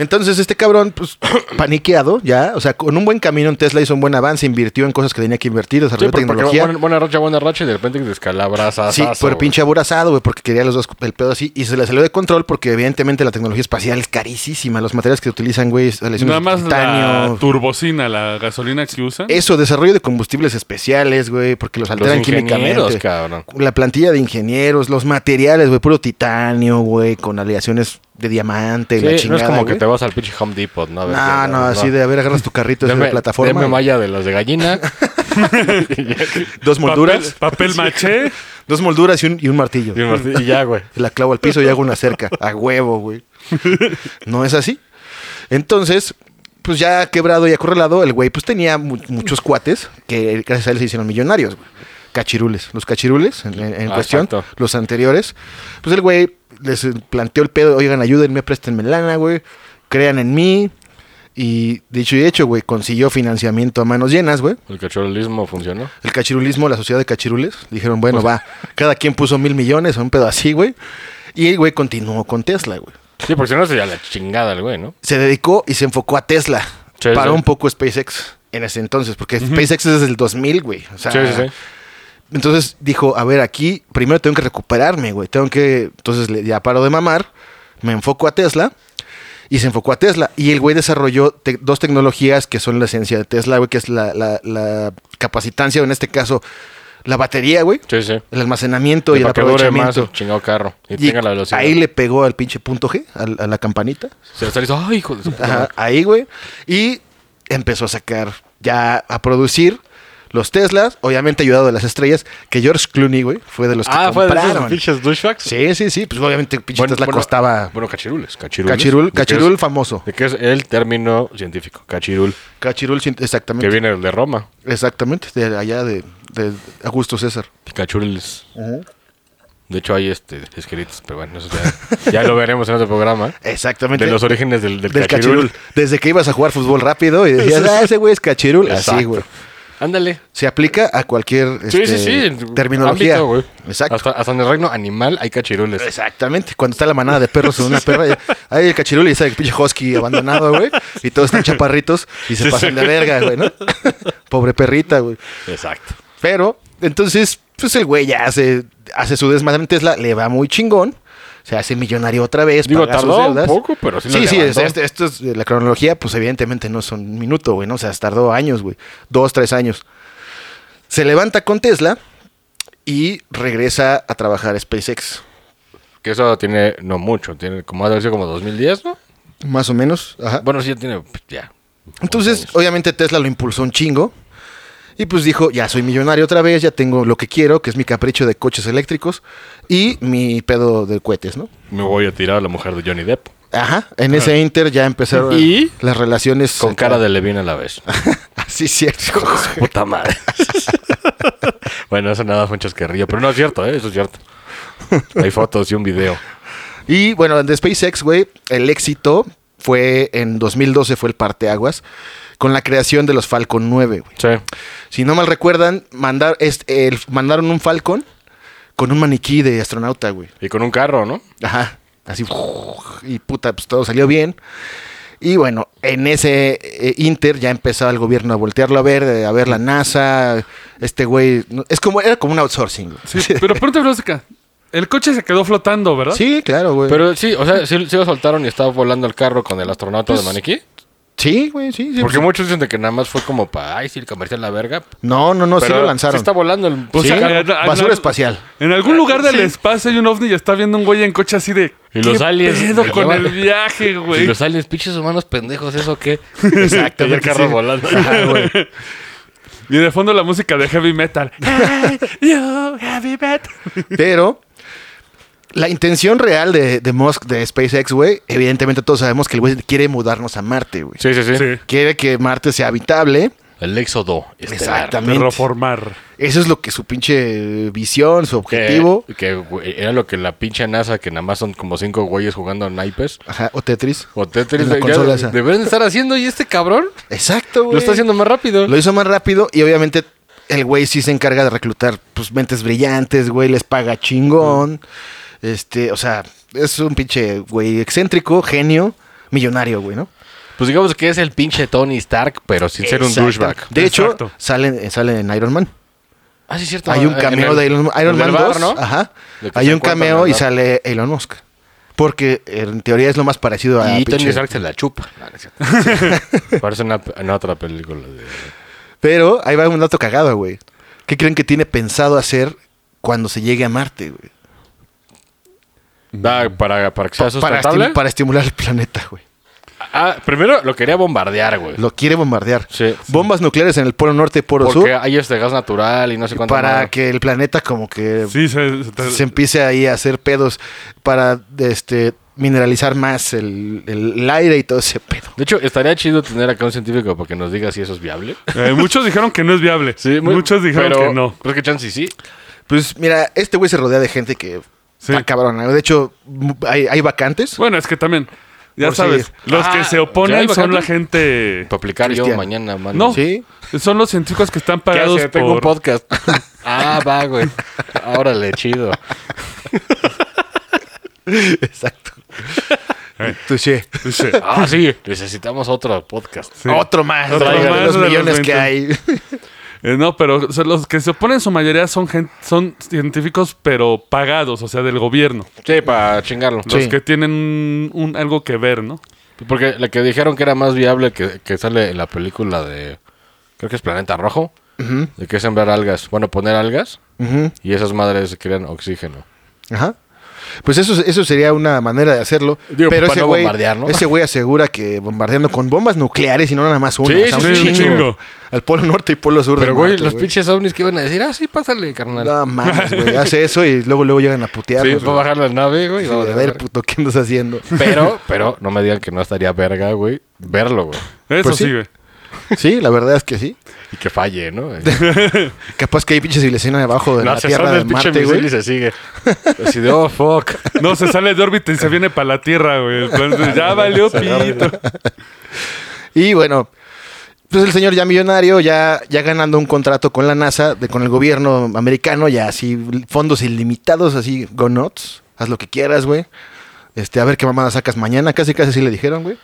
B: Entonces este cabrón, pues, paniqueado ya. O sea, con un buen camino en Tesla hizo un buen avance, invirtió en cosas que tenía que invertir,
D: Sí,
B: desarrolló
D: porque
B: tecnología.
D: buena, buena racha, buena racha y de repente descalabras
B: sí,
D: por
B: por pinche aborazado, güey, porque quería los dos el pedo así. Y se le salió de control porque evidentemente la tecnología espacial es carísima. Los materiales que utilizan, güey, es aleaciones
C: Nada
B: de
C: más la
B: titanio.
C: turbocina, la gasolina que usan.
B: Eso, desarrollo de combustibles especiales, güey, porque los alteran
D: ingenieros,
B: químicamente.
D: cabrón.
B: La plantilla de ingenieros, los materiales, güey, puro titanio, güey, con aleaciones de diamante, y la
D: Sí, no
B: chingada.
D: es como
B: güey.
D: que te vas al pinche Home Depot, ¿no? A ver qué-
B: No, no, así de a ver, agarras tu carrito es
D: Deme-
B: de plataforma.
D: deme
B: y
D: malla de las de gallina.
B: Dos molduras.
C: Papel, papel maché.
B: Dos molduras y un, y un martillo.
D: y un martillo, y ya, güey.
B: Y La clavo al piso y hago una cerca. A huevo, güey. No es así. Entonces, pues ya quebrado y acorralado, el güey pues tenía mu- muchos cuates que gracias a él se hicieron millonarios, güey. Cachirules. Los cachirules en, en- en
D: Ah,
B: cuestión,
D: exacto.
B: los anteriores. Pues el güey les eh, planteó el pedo, oigan, ayúdenme, préstenme lana, güey. Crean en mí. Y dicho y hecho, güey, consiguió financiamiento a manos llenas, güey.
D: El cacholismo funcionó.
B: El cachirulismo, la sociedad de cachirules, dijeron, bueno,
D: Pues,
B: va, cada quien puso mil millones o un pedo así, güey. Y el güey continuó con Tesla, güey.
D: Sí, porque si no sería la chingada el güey, ¿no?
B: Se dedicó y se enfocó a Tesla.
D: Sí,
B: paró
D: sí.
B: un poco SpaceX en ese entonces, porque SpaceX es desde el 2000, güey. O sea,
D: Sí, sí, sí.
B: Entonces dijo, a ver, aquí primero tengo que recuperarme, güey. Tengo que... Entonces le- ya paro de mamar, me enfoco a Tesla. y se enfocó a Tesla. Y el güey desarrolló te- dos tecnologías que son la esencia de Tesla, güey, que es la, la- la capacitancia, o en este caso, la batería, güey,
D: Sí, sí.
B: el almacenamiento y, el
D: para que dure más
B: aprovechamiento.
D: el chingado carro. Y,
B: Y
D: tenga la velocidad.
B: ahí le pegó al pinche punto G, al- a, la campanita.
D: Se le sale y dice, ¡ay, hijo de su puta
B: Ajá,
D: madre".
B: ahí, güey. Y empezó a sacar, ya a producir los Teslas, obviamente ayudado de las estrellas, que George Clooney, güey, fue de los que
D: Ah, fue de
B: compraron.
D: esos pinches douchebags.
B: Sí, sí, sí. Pues obviamente pinche
D: Bueno,
B: Tesla
D: bueno,
B: costaba.
D: Bueno, cachirules. Cachirules.
B: Cachirul,
D: ¿De qué es-
B: cachirul famoso.
D: ¿De qué es el término científico? Cachirul.
B: Cachirul, sí,
D: Que
B: exactamente.
D: viene de Roma.
B: Exactamente, de allá de, de Augusto César.
D: Cachirules. De hecho, hay este, escritos, pero bueno, eso ya, ya lo veremos en otro programa.
B: Exactamente.
D: De los orígenes del, del,
B: Del
D: cachirul.
B: cachirul. Desde que ibas a jugar fútbol rápido y decías, ah, ese güey es cachirul. Así,
D: Exacto.
B: güey.
D: Ándale.
B: Se aplica a cualquier
D: Sí,
B: este,
D: sí, sí. en
B: terminología.
D: ámbito, güey.
B: Exacto.
D: Hasta, hasta en el reino animal hay cachirules.
B: Exactamente, cuando está la manada de perros en una perra, hay el cachirul y está el pinche husky abandonado, güey, y todos están chaparritos y se pasan de verga, güey, ¿no? Pobre perrita, güey.
D: Exacto.
B: Pero, entonces, pues el güey ya hace, hace su desmadre en Tesla, le va muy chingón. Se hace millonario otra vez.
D: Digo,
B: paga sus
D: tardó un
B: deudas.
D: poco, pero sí lo
B: Sí, sí,
D: levantó.
B: es- este- esto es eh, la cronología, pues evidentemente no son un minuto, güey, ¿no? O sea, tardó años, güey. Dos, tres años. Se levanta con Tesla y regresa a trabajar a SpaceX.
D: Que eso tiene, no mucho, tiene como ha de haber sido como 2010, ¿no?
B: Más o menos. Ajá.
D: Bueno, sí, ya tiene, pues, ya.
B: Entonces,
D: Unos años.
B: obviamente Tesla lo impulsó un chingo. Y pues dijo, ya soy millonario otra vez, ya tengo lo que quiero, que es mi capricho de coches eléctricos y mi pedo de cohetes, ¿no?
D: me voy a tirar a la mujer de Johnny Depp.
B: Ajá, en ese Inter ya empezaron
D: ¿Y?
B: las relaciones.
D: Con cara de Levine a la vez.
B: Así es cierto.
D: Puta madre. bueno, eso nada fue un chasquerrillo, pero no es cierto, ¿eh? Eso es cierto. Hay fotos y un video.
B: y bueno, de SpaceX, güey, el éxito fue en 2012, fue el parteaguas, con la creación de los Falcon 9, güey.
D: Sí.
B: Si no mal recuerdan, mandar, este, el- mandaron un Falcon con un maniquí de astronauta, güey.
D: Y con un carro, ¿no?
B: Ajá. Así. uf, Y puta, pues todo salió bien. Y bueno, en ese eh, Inter ya empezaba el gobierno a voltearlo a ver, eh, a ver la NASA, este güey. no, Es como, era como un outsourcing. güey.
C: Sí, pero ponte bronca. El coche se quedó flotando, ¿verdad?
B: Sí, claro, güey.
D: Pero sí, o sea, sí, sí lo soltaron y estaba volando el carro con el astronauta de maniquí.
B: sí, güey, sí, sí.
D: Porque
B: pues,
D: muchos dicen de que nada más fue como para, ay, sí, el comercial la verga.
B: no, no, no, sí
D: Pero
B: lo lanzaron.
D: Sí está Ah, volando el
C: O
D: sí,
C: sea,
D: carro.
C: en- en-
B: basura espacial.
C: En algún lugar del
D: Sí.
C: espacio hay un ovni y está viendo un güey en coche así de.
D: Y los
C: "¿Qué
D: aliens,
C: pedo
D: ¿no?
C: con el viaje,
D: Y
C: güey.
D: los aliens, pinches humanos pendejos, ¿eso qué?
B: Exacto,
D: Y el carro
B: sí.
D: volando.
B: Ajá, güey.
C: Y de fondo la música de heavy metal. Hey, you heavy metal.
B: Pero la intención real de, de Musk, de SpaceX, güey, evidentemente todos sabemos que el güey quiere mudarnos a Marte, güey.
D: Sí, sí, sí.
C: Sí.
B: Quiere que Marte sea habitable.
D: El éxodo estelar.
B: Exactamente.
C: Terraformar.
B: Eso es lo que su pinche visión, su
D: Que-
B: objetivo.
D: Que, güey, era lo que la pinche NASA, que nada más son como cinco güeyes jugando a naipes.
B: Ajá, o Tetris.
D: O Tetris.
B: En la
D: ya
B: consola esa.
D: Deberían estar haciendo y este cabrón
B: Exacto, güey.
D: lo está haciendo más rápido.
B: Lo hizo más rápido y obviamente el güey sí se encarga de reclutar pues mentes brillantes, güey, les paga chingón. Este, o sea, es un pinche güey excéntrico, genio, millonario, güey, ¿no?
D: Pues digamos que es el pinche Tony Stark, pero sin ser un
B: Exacto.
D: douchebag.
B: De hecho,
C: Exacto.
B: sale, sale en Iron Man.
D: Ah, sí, es cierto.
B: Hay un
D: En
B: cameo
D: el-
B: de Elon,
D: en
B: Iron
D: el
B: Man 2.
D: bar, ¿no?
B: Ajá.
D: De que
B: Hay
D: se
B: un
D: encuentran en
B: cameo
D: el
B: y
D: bar.
B: sale Elon Musk. Porque en teoría es lo más parecido a
D: Y
B: Ah, pinche-
D: Tony Stark se la chupa. No, no es cierto. Parece una, en otra película. De...
B: Pero ahí va un dato cagado, güey. ¿Qué creen que tiene pensado hacer cuando se llegue a Marte, güey?
D: Da, Ah, para, para que sea
B: Para,
D: sustentable.
B: esti- para estimular el planeta, güey.
D: Ah, primero lo quería bombardear, güey.
B: Lo quiere bombardear.
D: Sí.
B: Bombas nucleares en el polo norte y polo
D: Porque
B: sur.
D: hay este gas natural y no sé cuánto.
B: Para
D: más.
B: que el planeta como que
C: Sí, se, se-
B: Eh, se em- empiece ahí a hacer pedos para este mineralizar más el, el aire y todo ese pedo.
D: De hecho, estaría chido tener acá un científico para que nos diga si eso es viable.
C: Eh, muchos dijeron que no es viable.
D: muy-
C: muchos dijeron
D: pero
C: que no.
D: Creo que chance y sí.
B: Pues mira, este güey se rodea de gente que
C: Sí.
B: está cabrona. De hecho, mu- hay, hay vacantes.
C: Bueno, es que también, ya
B: Por si-
C: sabes, los
D: Ah,
C: que se
D: ¿ya hay
C: oponen son
D: vacante?
C: la gente.
D: Para aplicar yo
B: Cristiano.
D: mañana, mano.
C: No.
B: Sí.
C: Son los científicos que están
D: ¿Qué
C: pagados
D: hace? Tengo un
C: por.
D: podcast. ah, va, güey. Órale, chido.
B: Exacto. Touché.
C: Sí.
D: Ah, sí. Necesitamos otro podcast.
C: Sí.
B: Otro más.
C: Otro
B: traigan
C: más
B: los
C: de los
B: millones que
C: 20.
B: hay.
C: Eh, no, pero o sea, los que se oponen en su mayoría son gen- son científicos, pero pagados, o sea, del gobierno.
D: Sí, para chingarlo.
C: Los
B: Sí.
C: que tienen un, algo que ver, ¿no?
D: Porque la que dijeron que era más viable que, que sale en la película de. Creo que es Planeta Rojo.
B: Ujú,
D: De que es sembrar algas. Bueno, poner algas.
B: ujú,
D: Y esas madres crean oxígeno.
B: Ajá. Pues eso, eso sería una manera de hacerlo.
D: Digo, pues,
B: pero
D: para
B: ese
D: no
B: güey,
D: bombardear, ¿no?
B: ese güey asegura que bombardeando con bombas nucleares y no nada más una.
D: Sí,
B: o sea,
D: sí,
B: un
D: sí, un
B: chingo.
C: chingo.
B: Al polo norte y polo sur
D: Pero,
B: del
D: güey,
B: norte,
D: los pinches ovnis que iban a decir, ah, sí, pásale, carnal.
B: No mames, güey. Hace eso y luego, luego llegan a
D: sí,
B: putearnos.
D: va a
B: güey.
D: bajar la nave, güey.
B: Sí,
D: y vamos
B: a
D: a
B: ver,
D: ver.
B: puto, ¿qué andas haciendo?
D: Pero, pero, no me digan que no estaría verga, güey, verlo, güey.
C: Eso
B: Pues sí.
C: sí, güey.
B: Sí, la verdad es que sí.
D: Y que falle, ¿no?
B: Capaz que hay pinches civilizaciones abajo de
D: No,
B: la
D: se sale
B: tierra de
D: el pinche
B: Marte,
D: misil y
B: güey.
D: se sigue. Así de, oh, fuck.
C: No, se sale de órbita y se viene para la Tierra, güey. Entonces, ya valió pito.
B: Y bueno, pues el señor ya millonario, ya, ya ganando un contrato con la NASA, de, con el gobierno americano, ya así, fondos ilimitados, así, go nuts, haz lo que quieras, güey. Este, a ver qué mamada sacas mañana, casi casi así le dijeron, güey.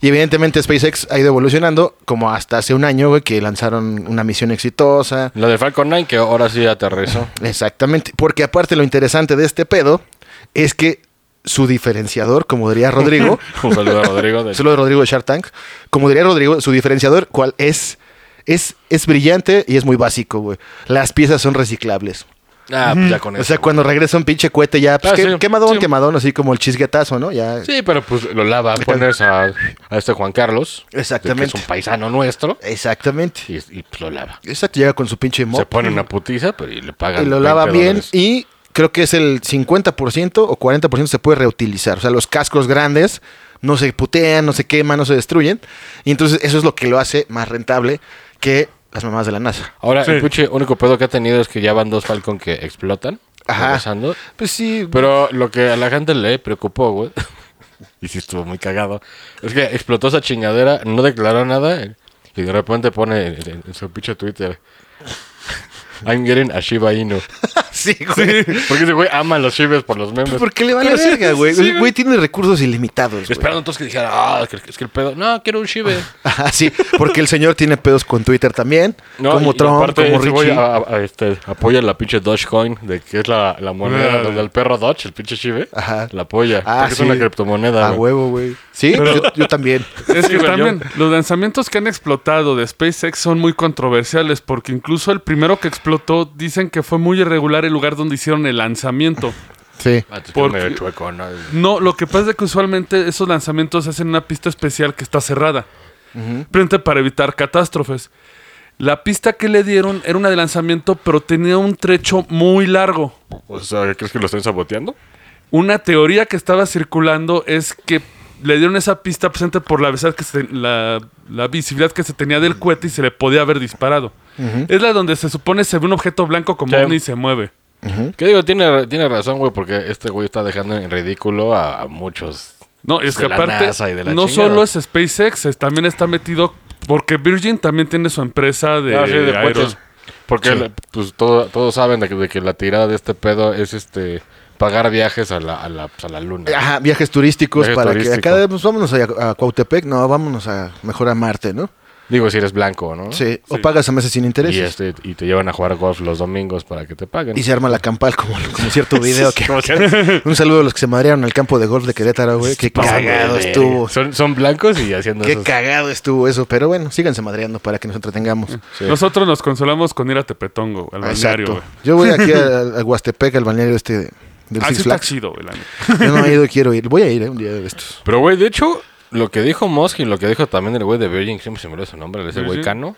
B: Y evidentemente SpaceX ha ido evolucionando, como hasta hace un año, güey, que lanzaron una misión exitosa.
D: Lo de Falcon 9, que ahora sí aterrizó.
B: Exactamente, porque aparte lo interesante de este pedo es que su diferenciador, como diría Rodrigo,
D: Un saludo a Rodrigo. de-
B: Solo de Rodrigo de Shark Tank. Como diría Rodrigo, su diferenciador, ¿cuál es? Es, es brillante y es muy básico, güey. Las piezas son reciclables.
D: Ah, pues ya con eso.
B: O sea, cuando regresa un pinche cohete ya, pues,
D: Ah,
B: que-
D: sí.
B: quemadón,
D: Sí.
B: quemadón, así como el chisguetazo, ¿no? Ya.
D: Sí, pero pues lo lava, pones a, a este Juan Carlos. de
B: Exactamente.
D: Que es un paisano nuestro.
B: Exactamente.
D: Y, y, pues lo lava.
B: Exacto, llega con su pinche
D: Se
B: mop
D: pone una putiza, pero y le pagan.
B: y lo lava
D: 20
B: bien
D: dólares.
B: y creo que es el 50% o 40% se puede reutilizar. O sea, los cascos grandes no se putean, no se queman, no se destruyen. Y entonces eso es lo que lo hace más rentable que las mamás de la NASA.
D: Ahora,
C: Sí.
D: el pinche único pedo que ha tenido es que ya van dos Falcon que explotan.
B: Ajá.
D: regresando.
B: Pues sí,
D: Pero lo que a la gente le preocupó, güey. Y sí estuvo muy cagado. Es que explotó esa chingadera, no declaró nada. Y de repente pone en, en- en su pinche Twitter. I'm getting a Shiba Inu.
B: sí, güey.
D: Porque ese güey ama a los Shibes por los memes.
B: Porque le vale verga, güey. El güey tiene recursos ilimitados, güey.
D: Esperaron todos que dijera, ah, es que- es que el pedo. No, quiero un Shibe.
B: Ajá, sí, porque el señor tiene pedos con Twitter también.
D: No,
B: como
D: y- y
B: Trump,
D: aparte
B: como
D: ese güey
B: Richie.
D: a- a- a este, apoya la pinche Dogecoin, de que es la, la moneda
C: Ah.
D: donde el perro Dodge, el pinche Shibe,
B: Ajá.
D: la apoya.
B: Ah,
D: porque
B: sí.
D: es una criptomoneda.
B: A
D: güey.
B: huevo, güey. Sí, yo, yo también.
C: Es
D: Sí,
C: que
D: güey, yo-
C: también los lanzamientos que han explotado de SpaceX son muy controversiales porque incluso el primero que explotó dicen que fue muy irregular el lugar donde hicieron el lanzamiento.
B: Sí.
D: Ah, entonces
C: Porque-
D: que medio chueco, ¿no?
C: No, lo que pasa es que usualmente esos lanzamientos se hacen en una pista especial que está cerrada. Frente para evitar catástrofes. La pista que le dieron era una de lanzamiento, pero tenía un trecho muy largo.
D: O sea, ¿crees que lo están saboteando?
C: Una teoría que estaba circulando es que le dieron esa pista presente por la, visibilidad que se, la, la visibilidad que se tenía del cohete y se le podía haber disparado. Es la donde se supone se ve un objeto blanco como
D: Sí.
C: ovni y se mueve.
B: ¿Mm?
D: Que digo, tiene, tiene razón, güey, porque este güey está dejando en ridículo a, a muchos.
C: No, es
D: De
C: que
D: la
C: aparte,
D: NASA y de la
C: no
D: chingada.
C: solo es SpaceX, es- también está metido porque Virgin también tiene su empresa de,
D: Ah, sí, de
C: aero-
D: cohetes. Porque la- pues todo- todos saben de que, de que la tirada de este pedo es este pagar viajes a la, a la, pues, a la luna.
B: Ajá, viajes turísticos
D: Viajes
B: para que
D: turístico.
B: acá pues, vámonos a, a Cuautepec, no, vámonos a mejor a Marte, ¿no?
D: Digo, si eres blanco, ¿no?
B: Sí. O
C: Sí.
B: pagas a meses sin
D: Y,
B: intereses.
D: este, y te llevan a jugar golf los domingos para que te paguen.
B: Y se arma la campal como, como cierto video. que-
D: Como que-
B: un saludo a los que se madrearon al campo de golf de Querétaro, güey. Qué cagado
D: Pásame de
B: estuvo.
D: verga. Son, son blancos y haciendo
B: Qué
D: esos-
B: cagado estuvo eso. Pero bueno, síganse madreando para que nos entretengamos.
D: Sí.
C: Nosotros nos consolamos con ir a Tepetongo, güey, al balneario,
B: Exacto.
C: güey.
B: Yo voy aquí al, al Huastepec, al balneario este de- del Six
C: Así Ah, está
B: Flags.
C: chido, güey, la neta.
B: Yo no he ido, quiero ir. Voy a ir eh, un día de estos.
D: Pero, güey, de hecho, lo que dijo Musk y lo que dijo también el güey de Virgin, siempre se me olvida su nombre, ese güey
C: Virgin.
D: Cano,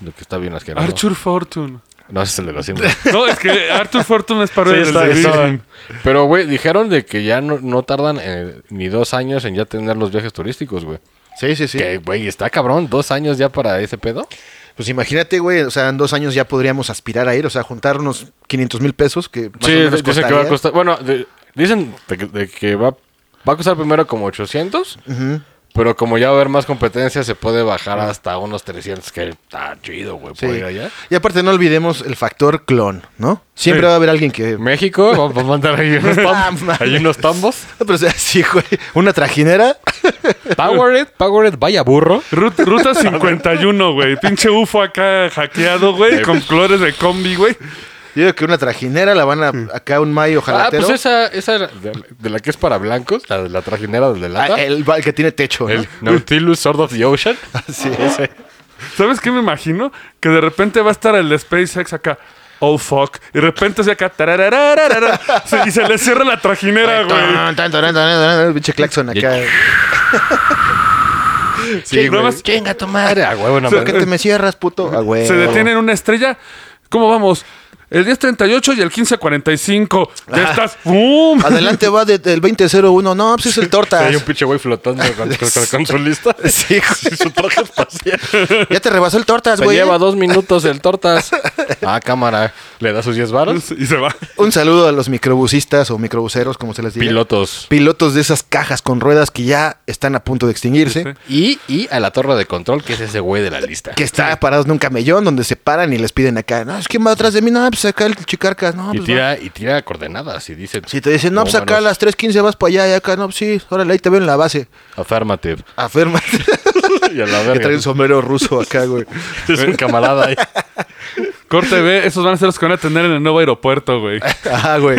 D: lo que está bien asqueroso.
C: Arthur Fortune.
D: No, ese es el de los Simpsons.
C: No, es que Arthur Fortune es parodia
D: Sí,
C: del de
D: está- está-
C: Virgin.
D: Pero, güey, dijeron de que ya no, no tardan eh, ni dos años en ya tener los viajes turísticos, güey.
B: Sí, sí, sí.
D: Que, güey, está cabrón, dos años ya para ese pedo.
B: Pues imagínate, güey, o sea, en dos años ya podríamos aspirar a ir, o sea, juntar unos 500 mil pesos que más o
D: Sí,
B: menos
D: dicen que va a
B: costaría.
D: costar. Bueno, de- dicen de que, de que va, va a costar primero como 800.
B: Ujú.
D: Pero como ya va a haber más competencia, se puede bajar hasta unos 300, que está chido, güey,
B: Sí.
D: por ir allá.
B: Y aparte no olvidemos el factor clon, ¿no? Siempre
C: Sí.
B: va a haber alguien que...
D: México, vamos a mandar ahí unos tambos. ahí unos tambos.
B: Ah, Pero o sea, sí, güey, una trajinera.
D: Powerade, Powerade, vaya burro.
C: Rut- Ruta 51, güey. Pinche UFO acá hackeado, güey. Con colores de combi, güey.
B: Yo digo que una trajinera la van a acá un mayo
D: Ah,
B: jalatero.
D: pues esa, esa de, de la que es para blancos, la, la trajinera de
B: Ah,
D: lata. el,
B: el, el que tiene techo. ¿no?
D: Nautilus Sword of the Ocean.
B: Así es.
C: ¿Sabes qué me imagino? Que de repente va a estar el de SpaceX acá. Oh fuck. Y de repente se acá. tararararara, se- y se le cierra la trajinera, güey.
B: Tan, tan, tan, tan, tan, Pinche claxon acá.
D: Sí,
C: nada
D: güey. Ah,
C: más-
D: Chinga tu madre. A huevo, no
B: ¿Por qué
D: mames.
B: te me cierras, puto? Ah, güey.
C: Se detiene en una estrella. ¿Cómo vamos? El 1038 y el 1545.
D: Ah.
C: Ya estás. ¡Bum!
B: Adelante va de- del 2001. No, pues es el tortas.
D: Hay un pinche güey flotando con, con- con- con su lista.
B: Sí, güey.
D: Y su traje espacial.
B: Ya te rebasó el tortas,
D: Se
B: güey.
D: lleva dos minutos el tortas. Ah, cámara. Le da sus 10 varos.
C: Y se va.
B: Un saludo a los microbusistas o microbuseros, como se les diga.
D: Pilotos.
B: Pilotos de esas cajas con ruedas que ya están a punto de extinguirse.
C: Sí,
D: Y, y a la torre de control, que es ese güey de la lista.
B: Que está parados en un camellón donde se paran y les piden acá. No, es que va atrás de mí. No, pues acá el chicarcas. No,
D: Y
B: pues va.
D: tira, y tira coordenadas y dice...
B: Si te dicen, no, pues acá a
D: "Vámonos,
B: las 3.15 vas para allá y acá, no, pues sí, órale, ahí te veo en la base.
D: Affirmative.
B: Aférmate.
D: Y a la
B: Que
D: verga.
B: trae un sombrero ruso acá, güey.
D: Es un camarada ahí.
C: Corte B, esos van a ser los que van a tener en el nuevo aeropuerto, güey.
B: Ajá, Ah, güey.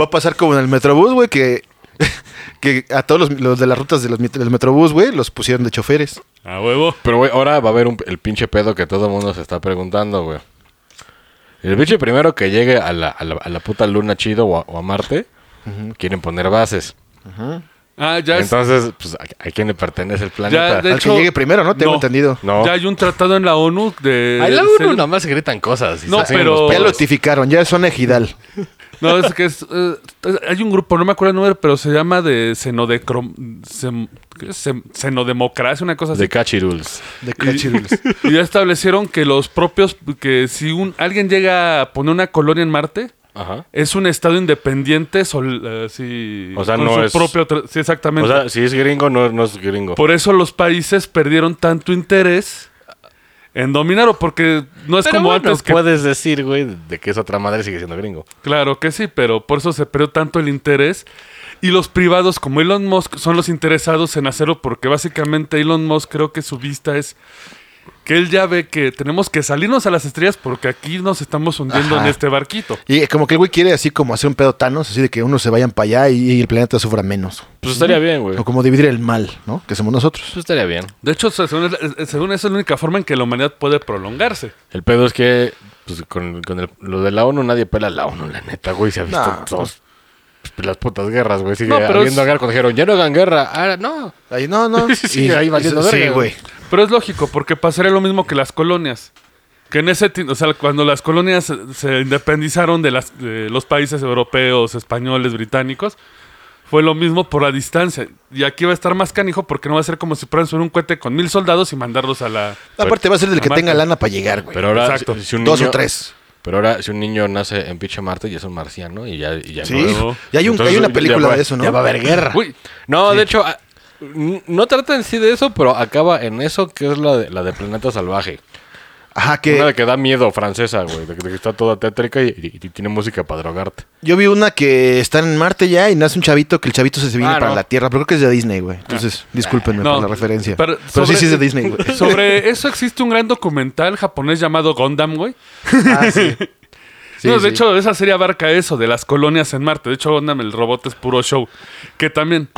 B: Va a pasar como en el Metrobús, güey, que, que a todos los, los de las rutas de los mit- del Metrobús, güey, los pusieron de choferes.
C: A huevo.
D: Pero, güey, ahora va a haber un- el pinche pedo que todo el mundo se está preguntando, güey. El pinche primero que llegue a la, a la, a la puta luna chido o a, o a Marte, quieren poner bases.
C: Ah, ya es-
D: Entonces, pues, ¿a, a quién le pertenece el
C: Ya,
D: planeta?
C: de
B: Al que
C: hecho.
B: llegue primero, ¿no? Tengo entendido.
D: No.
C: Ya hay un tratado en la ONU de.
D: Ahí la
C: del
D: uno
C: cel-
D: nomás gritan cosas. y
C: No,
D: se hacen
C: pero-
D: unos
B: Ya lo
D: pedos.
B: notificaron, ya son ejidal.
C: No, es que es, eh, hay un grupo, no me acuerdo el número, pero se llama de Cenodecrom... Cen- ¿qué es? Cen- Cenodemocracia, una cosa así.
D: De Cachirules.
B: De Crunchyroll.
C: Y, y ya establecieron que los propios, que si un alguien llega a poner una colonia en Marte,
D: Ajá.
C: es un estado independiente, sol- eh, sí,
D: O sea,
C: con
D: no
C: su
D: es-
C: propio, tra- sí,
D: O
C: exactamente.
D: sea, si es gringo, no, no es gringo.
C: Por eso los países perdieron tanto interés en dominarlo, porque no es
D: Pero
C: como
D: bueno,
C: antes que
D: puedes decir, güey, de que esa otra madre sigue siendo gringo.
C: Claro que sí, pero por eso se perdió tanto el interés. Y los privados como Elon Musk son los interesados en hacerlo porque básicamente Elon Musk creo que su vista es que él ya ve que tenemos que salirnos a las estrellas porque aquí nos estamos hundiendo
B: Ajá.
C: en este barquito.
B: Y eh, como que el güey quiere así como hacer un pedo Thanos, así de que unos se vayan para allá y, y el planeta sufra menos.
D: Pues estaría bien, güey.
B: O como dividir el mal, ¿no? Que somos nosotros.
D: Pues estaría bien.
C: De hecho, se- según, eh, según eso es la única forma en que la humanidad puede prolongarse.
D: El pedo es que pues, con, con el- lo de la ONU nadie pela a la ONU, la neta, güey. Se ha visto
B: No.
D: dos, pues, las putas guerras, güey. Sigue
C: No, pero
D: habiendo
C: es-
D: guerra cuando dijeron, ya no hagan guerra. Ah, no.
B: Ahí, no, no.
D: Sí,
B: Y-
D: ahí valiendo
B: Sí,
D: verga,
B: güey.
C: Pero es lógico, porque pasaría lo mismo que las colonias. Que en ese, ti- o sea, cuando las colonias se- se independizaron de, las, de los países europeos, españoles, británicos, fue lo mismo por la distancia. Y aquí va a estar más canijo porque no va a ser como si fueran subir un cohete con mil soldados y mandarlos a la...
B: Aparte va a ser del que
C: Amarte.
B: tenga lana para llegar, güey.
D: Pero ahora,
C: Exacto.
D: si, si un
B: Dos
D: niño-
B: o tres.
D: Pero ahora, si un niño nace en pinche Marte, ya es un marciano y ya, y ya
B: Sí.
D: no.
B: Y hay, un-
D: Entonces,
B: hay una
D: ya
B: película
D: va-
B: de eso, ¿no?
D: Ya va a haber guerra.
C: Uy,
D: No, de hecho, a- n- no trata en sí de eso, pero acaba en eso, que es la de, la de Planeta Salvaje.
B: Ajá, que...
D: Una de que da miedo francesa, güey. De que, de que está toda tétrica y, y- y tiene música para drogarte.
B: Yo vi una que está en Marte ya y nace un chavito que el chavito se viene
D: Ah,
B: para
D: no.
B: la Tierra, pero creo que es de Disney, güey. Entonces, discúlpenme
C: Ah. No,
B: por la referencia.
C: pero
B: Pero,
C: sobre-
B: sí, sí es de Disney, güey.
C: sobre eso existe un gran documental japonés llamado Gundam, güey.
B: Ah, sí. Sí,
C: no, de
B: sí.
C: hecho, esa serie abarca eso, de las colonias en Marte. De hecho, Gundam, el robot es puro show. Que también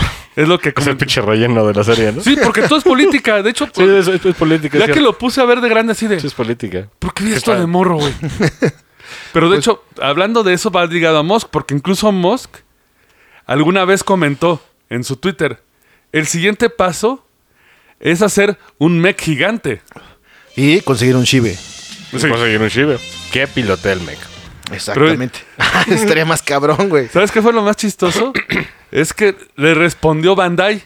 C: es lo que...
D: Es el
C: comen-
D: pinche relleno de la serie, ¿no?
C: Sí, porque todo es política. De hecho,
D: Sí, es, es- es política.
C: Ya
D: es
C: que
D: cierto.
C: lo puse a ver de grande así de...
D: Sí, es política.
C: ¿Por qué vi esto de morro, güey? Pues Pero de hecho, hablando de eso, va ligado a Musk, porque incluso Musk alguna vez comentó en su Twitter, el siguiente paso es hacer un mech gigante.
B: Y conseguir un Shibe.
D: Sí. Conseguir un chive. ¿Qué piloté el mec?
B: Exactamente. Estaría más cabrón, güey.
C: ¿Sabes qué fue lo más chistoso? es que le respondió Bandai.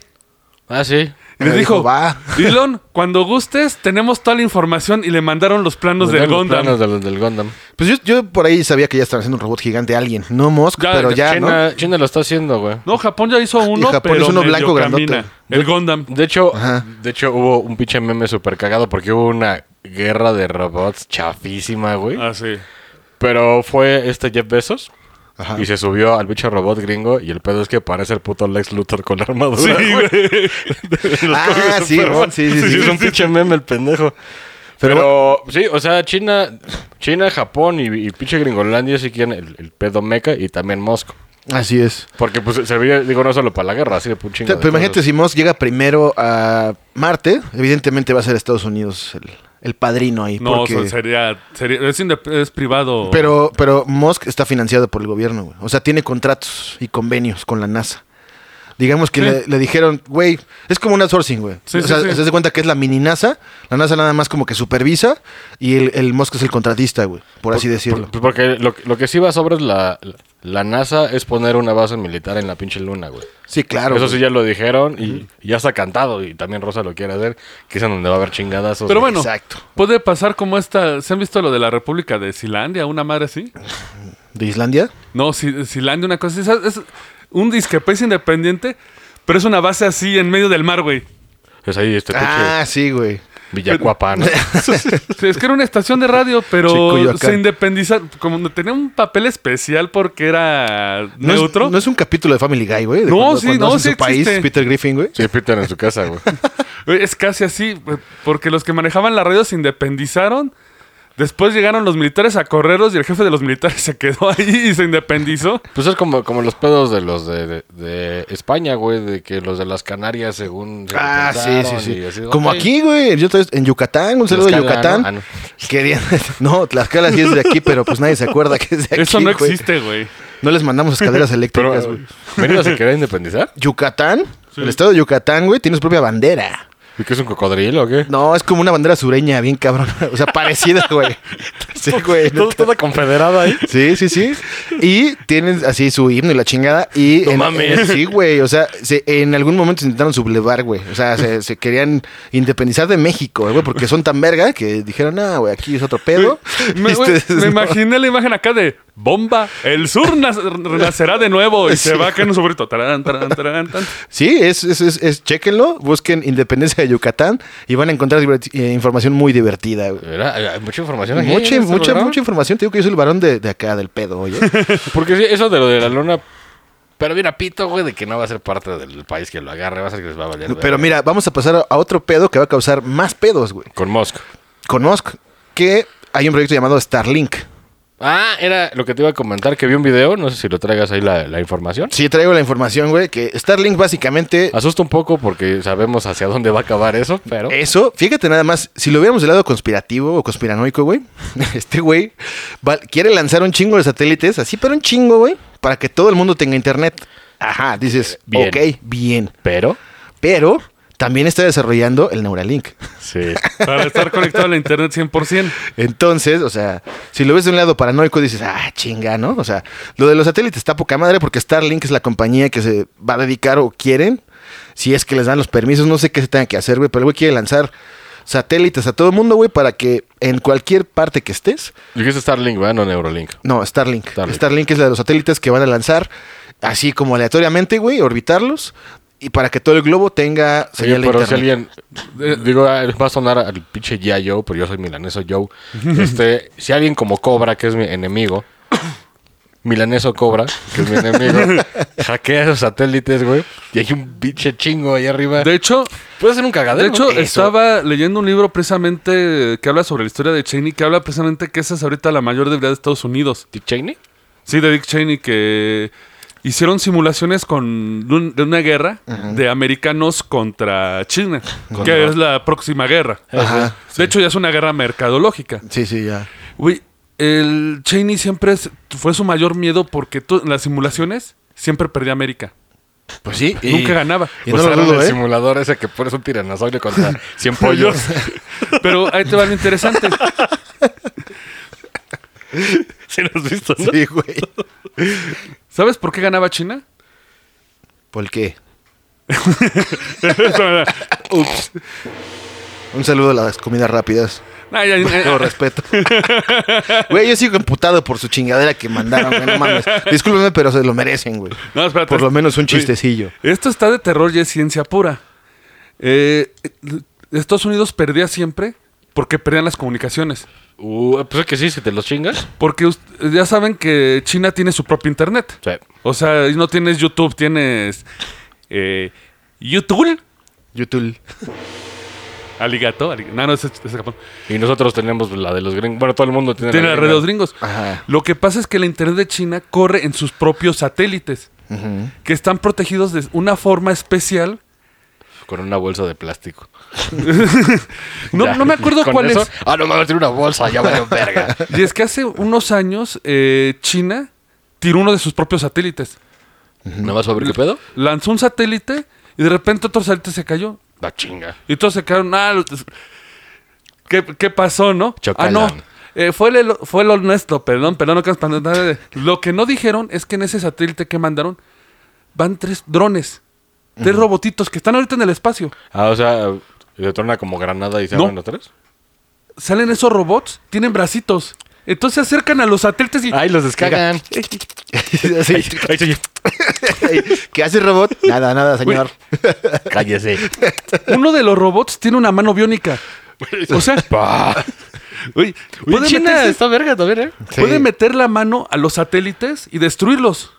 D: Ah, sí.
C: Y le
B: Le
C: dijo,
B: dijo, "Va".
C: Elon, cuando gustes, tenemos toda la información y le mandaron los planos del Gondam.
D: Planos del, del Gundam.
B: Pues yo, yo por ahí sabía que ya estaban haciendo un robot gigante alguien. No Musk,
C: Ya,
B: pero ya, ¿no?
D: China, China lo está haciendo, güey.
C: No, Japón ya hizo uno,
B: Japón
C: pero
B: hizo uno
C: medio
B: blanco grandote.
C: camina. El Gondam.
D: De hecho,
B: Ajá.
D: de hecho hubo un pinche meme súper cagado porque hubo una guerra de robots chafísima, güey.
C: Ah, sí.
D: Pero fue este Jeff Bezos.
B: Ajá.
D: Y se subió al bicho robot gringo y el pedo es que parece el puto Lex Luthor con la armadura.
C: Sí,
D: güey.
C: güey.
D: Los
B: Ah,
D: cómics de
B: sí,
D: Superman.
B: sí, sí, sí.
D: Es un pinche meme el pendejo.
B: Pero,
D: Pero, sí, o sea, China, China Japón y, y pinche Gringolandia sí quieren el, el pedo meca y también Mosco.
B: así es.
D: Porque pues serviría, digo, no solo para la guerra, así de un
B: O
D: chingo
B: sea,
D: de
B: pero imagínate
D: cosas.
B: si Musk llega primero a Marte, evidentemente va a ser Estados Unidos el, el padrino ahí.
C: No,
B: porque-
C: o sea, sería, sería- es, indep- es privado.
B: Pero, pero Musk está financiado por el gobierno, güey. O sea, tiene contratos y convenios con la NASA. Digamos que
C: Sí.
B: le, le dijeron, güey, es como un outsourcing, güey.
C: Sí,
B: o
C: sí,
B: sea,
C: sí.
B: se hace cuenta que es la mini NASA. La NASA nada más como que supervisa y el, el Musk es el contratista, güey, por así decirlo.
D: Por- pues, porque lo, que- lo que sí va sobre es la, la- la NASA es poner una base militar en la pinche luna, güey.
B: sí, claro.
D: Eso
B: güey.
D: sí ya lo dijeron y, y ya está cantado y también Rosa lo quiere hacer, que es en donde va a haber chingadazos.
C: Pero bueno,
B: Exacto.
C: puede pasar como esta. ¿Se han visto lo de la República de Islandia? Una madre así.
B: ¿De Islandia?
C: No, Si- Islandia, una cosa. así. Es, es un disque país independiente, pero es una base así en medio del mar, güey.
D: Es ahí este pinche
B: Ah, sí, güey.
D: Villacuapa, ¿no?
C: Sí, es que era una estación de radio, pero
B: Chicoyoacán.
C: se independizaron. Como no tenía un papel especial porque era
B: ¿No es-
C: neutro.
B: ¿No es, un capítulo de Family Guy, güey? de
C: No,
B: cuando-
C: sí,
B: cuando
C: no,
B: hacen
C: sí
B: su país,
C: existe.
B: Peter Griffin, güey.
D: Sí, Peter en su casa, güey.
C: Güey, Es casi así, güey, porque los que manejaban la radio se independizaron. Después llegaron los militares a correros y el jefe de los militares se quedó ahí y se independizó.
D: Pues es como, como los pedos de los de, de- de España, güey, de que los de las Canarias, según. se
B: Ah, sí, sí,
D: repensaron
B: sí.
D: y así,
B: Como
D: "Ay".
B: aquí, güey. Yo otra vez en Yucatán, un saludo de
D: Tlaxcala,
B: Yucatán.
D: ¿no? Ah, no.
B: Querían. No, Tlaxcala sí es de aquí, pero pues nadie se acuerda que es de aquí.
C: Eso no
B: güey.
C: existe, eh, güey.
B: No les mandamos escaleras
D: Pero,
B: eléctricas, güey.
D: ¿Mérida se quería independizar?
B: Yucatán, el estado de Yucatán, güey, tiene su propia bandera.
D: ¿Y qué es un cocodrilo o qué?
B: No, es como una bandera sureña, bien cabrón. O sea, parecida, güey. Sí, güey.
D: Todo, toda confederada ahí.
B: Sí, sí, sí. Y tienen así su himno y la chingada. Y
D: No
B: en-
D: mames.
B: en- sí, güey. O sea, se- en algún momento se intentaron sublevar, güey. O sea, se, se querían independizar de México, eh, güey, porque son tan verga que dijeron, ah, güey, aquí es otro pedo.
C: Me,
B: Y
C: güey,
B: ustedes,
C: me
B: no.
C: imaginé la imagen acá de bomba, el sur nas- renacerá de nuevo y se
B: Sí.
C: va a caer un sobrito. Tarán, tarán, tarán, tarán.
B: Sí, es, es, es, es- chéquenlo, busquen Independencia de Yucatán y van a encontrar diverti- eh, información muy divertida, güey.
D: Era- hay mucha información aquí.
B: Mucha,
D: en este
B: mucha,
D: programa.
B: mucha información. Te digo que yo soy el varón de, de acá, del pedo, oye.
D: Porque sí, eso de lo de la luna. Pero mira, pito, güey, de que no va a ser parte del país que lo agarre, va a ser que les va a valer.
B: Pero
D: verga.
B: mira, vamos a pasar a- a otro pedo que va a causar más pedos, güey.
D: Con Musk.
B: Conozco que hay un proyecto llamado Starlink.
D: Ah, era lo que te iba a comentar, que vi un video, no sé si lo traigas ahí la, la información.
B: Sí, traigo la información, güey, que Starlink básicamente...
D: Asusta un poco porque sabemos hacia dónde va a acabar eso, pero...
B: Eso, fíjate nada más, si lo viéramos del lado conspirativo o conspiranoico, güey, este güey va- quiere lanzar un chingo de satélites, así, pero un chingo, güey, para que todo el mundo tenga internet. Ajá, dices,
D: Bien.
B: ok, bien.
D: Pero...
B: Pero también está desarrollando el Neuralink.
D: Sí.
C: Para estar conectado a la internet 100%.
B: Entonces, o sea, si lo ves de un lado paranoico, dices, ah, chinga, ¿no? O sea, lo de los satélites está poca madre porque Starlink es la compañía que se va a dedicar o quieren, si es que les dan los permisos, no sé qué se tenga que hacer, güey, pero el güey quiere lanzar satélites a todo el mundo, güey, para que en cualquier parte que estés,
D: Dijiste Starlink, ¿verdad? No Neurolink.
B: no, Starlink.
D: Starlink.
B: Starlink, es la de los satélites que van a lanzar así como aleatoriamente, güey, orbitarlos y para que todo el globo tenga
D: Oye,
B: señal de
D: pero si
B: internet.
D: alguien... eh, Digo, ah, va a sonar al pinche ya yo, pero yo soy milaneso Joe. Este, si alguien como Cobra, que es mi enemigo... Milaneso Cobra, que es mi enemigo, hackea esos satélites, güey. Y hay un pinche chingo ahí arriba.
C: De hecho,
D: Puede ser un
B: Ah,
D: cagadero.
C: De hecho,
D: Eso.
C: estaba leyendo un libro precisamente que habla sobre la historia de Cheney, que habla precisamente que esa es ahorita la mayor debilidad de Estados Unidos.
D: ¿Dick Cheney?
C: Sí, de Dick Cheney, que hicieron simulaciones con un- de una guerra de americanos contra China, que es la próxima guerra.
B: Ajá.
C: De hecho, ya es una guerra mercadológica.
B: Sí, sí, ya.
C: Güey, el Cheney siempre es- fue su mayor miedo porque tú- en las simulaciones siempre perdía América.
B: Pues sí, y-
C: Nunca ganaba.
B: Y no lo
D: Usaron
B: dudo,
D: el
B: ¿eh?
D: simulador ese que pones un tiranosaurio contra 100 pollos.
C: Pero ahí te va lo interesante.
D: ¿Sí lo has visto?
B: Sí, güey.
C: ¿Sabes por qué ganaba China?
B: ¿Por qué? Ups. Un saludo a las comidas rápidas.
C: No, ya- ya-
B: Todo respeto. Güey, yo sigo emputado por su chingadera que mandaron, güey. No mames. Discúlpenme, pero se lo merecen, güey.
C: No, espérate.
B: Por lo menos un chistecillo.
C: Esto está de terror y es ciencia pura. Eh, Estados Unidos perdía siempre porque perdían las comunicaciones.
D: Uh, pues es que sí, si te los chingas.
C: Porque us- ya saben que China tiene su propio internet.
D: Sí.
C: O sea, ahí no tienes YouTube, tienes eh, YouTube.
B: YouTube.
C: Aligato, aligato. No, no, ese es Japón.
D: Y nosotros tenemos la de los gringos. Bueno, todo el mundo tiene,
C: Tiene la red de los gringos.
B: Ajá.
C: Lo que pasa es que la Internet de China corre en sus propios satélites, que están protegidos de una forma especial.
D: Con una bolsa de plástico.
C: No,
D: Ya.
C: no me acuerdo
D: ¿Con
C: cuál
D: eso?
C: es.
D: Ah, no, me tiene una bolsa, ya valió verga.
C: Y es que hace unos años eh, China tiró uno de sus propios satélites.
D: ¿No vas a ver qué pedo?
C: Lanzó un satélite y de repente otro satélite se cayó.
D: La chinga.
C: Y todos se quedaron, ah, lo- ¿qué, qué pasó, no?
D: Chocalán.
C: Ah, no. eh, fue, el, fue lo nuestro, perdón, perdón, no quedas para nada. Lo que no dijeron es que en ese satélite que mandaron van tres drones, tres robotitos que están ahorita en el espacio.
D: Ah, o sea, se torna como granada y se
C: No.
D: abren atrás.
C: Salen esos robots, tienen bracitos. Entonces se acercan a los satélites y...
D: Ay, los descargan.
B: Así,
D: Ay, sí.
B: ¿Qué hace robot? Nada, nada, señor.
D: Cállese.
C: Uno de los robots tiene una mano biónica. O sea, uy,
D: Oye,
C: puede
D: China
C: meterse-
D: está verga también, ¿eh?
B: Sí.
C: Pueden meter la mano a los satélites y destruirlos.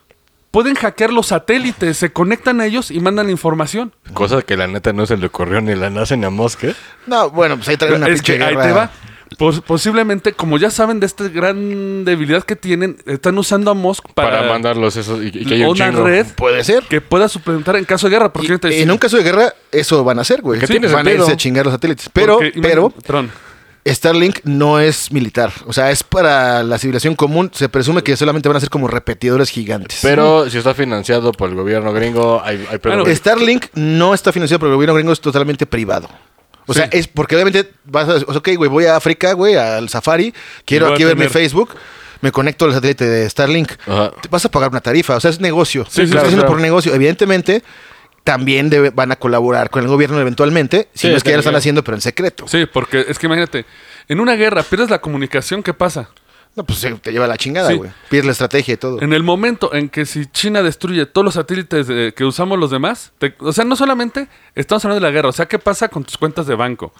C: Pueden hackear los satélites, se conectan a ellos y mandan la información.
D: Cosa que la neta no se le ocurrió ni la NASA ni a ¿eh? Mosca.
B: No, bueno, pues ahí trae una
C: es
B: pinche
C: que ahí
B: guerra.
C: te va. Pos- posiblemente, como ya saben de esta gran debilidad que tienen, están usando a Musk para,
D: Para, mandarlos esos y, y que haya un
C: una
D: chingo.
C: red
B: Puede ser.
C: que pueda suplementar en caso de guerra. Porque, ahorita
B: Y-
C: dicen-
B: en un caso de guerra, eso van a hacer, güey.
D: Que tiene
B: van a
D: sentido.
B: irse a chingar los satélites. Pero,
C: porque-
B: pero,
C: Tron.
B: Starlink no es militar. O sea, es para la civilización común. Se presume que solamente van a ser como repetidores gigantes.
D: Pero si está financiado por el gobierno gringo, hay, hay pedo.
C: Claro.
D: güey.
B: Starlink no está financiado por el gobierno gringo, es totalmente privado. O sea,
C: Sí.
B: es porque obviamente vas a decir, ok, güey, voy a África, güey, al safari, quiero
C: Voy a
B: aquí ver mi
C: tener-
B: Facebook, me conecto al satélite de Starlink.
D: Ajá.
B: Te Vas a pagar una tarifa, o sea, es negocio.
C: Sí,
B: Sí,
C: sí,
B: estás
C: claro,
B: haciendo
D: claro.
B: por negocio. Evidentemente, también debe- van a colaborar con el gobierno eventualmente, si
D: Sí,
B: no es que ya lo están
D: también.
B: haciendo, pero en secreto.
C: Sí, porque es que imagínate, en una guerra pierdes la comunicación, ¿qué pasa?
B: No, pues se- te lleva la chingada,
C: Sí.
B: güey. Pierdes la estrategia y todo.
C: En el momento en que si China destruye todos los satélites eh, que usamos los demás, te- o sea, no solamente estamos hablando de la guerra, o sea, ¿qué pasa con tus cuentas de banco?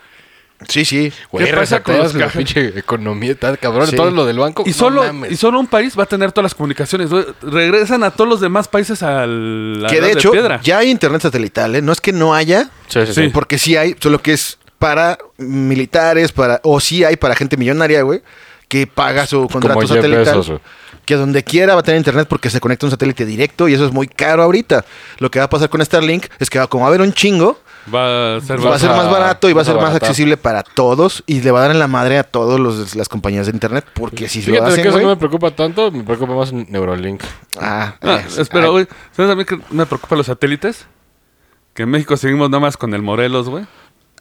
B: Sí, sí.
D: Güey,
C: ¿Qué pasa con los
D: resateas la
C: cajas?
D: pinche economía tan cabrón?
B: Sí.
D: Todo lo del banco.
C: Y
D: no
C: solo,
D: mames.
C: y solo un país va a tener todas las comunicaciones. güey. Regresan a todos los demás países a la
B: que
C: edad
B: de hecho,
C: piedra.
B: ya hay internet satelital, ¿eh? No es que no haya,
D: Sí, sí,
C: Sí.
D: sí.
B: Porque sí hay, solo que es para militares, para o sí hay para gente millonaria, güey, que paga su contrato
D: Jeff
B: satelital.
D: Bezos, güey.
B: que donde quiera va a tener internet porque se conecta un satélite directo y eso es muy caro ahorita. Lo que va a pasar con Starlink es que va- como va a haber un chingo,
C: Va a ser
B: va a
D: vas
B: ser
D: a-
B: más barato y va a
D: vas a
B: ser más
D: abaratar.
B: accesible para todos y le va a dar en la madre a todas las compañías de internet porque si lo
D: Fíjate
B: hacen,
D: que eso
B: güey,
D: no me preocupa tanto, me preocupa más Neurolink.
B: ah,
C: Ah,
B: eh,
C: espera,
B: ah,
C: güey. ¿Sabes también que me preocupa los satélites? Que en México seguimos nada más con el Morelos, güey.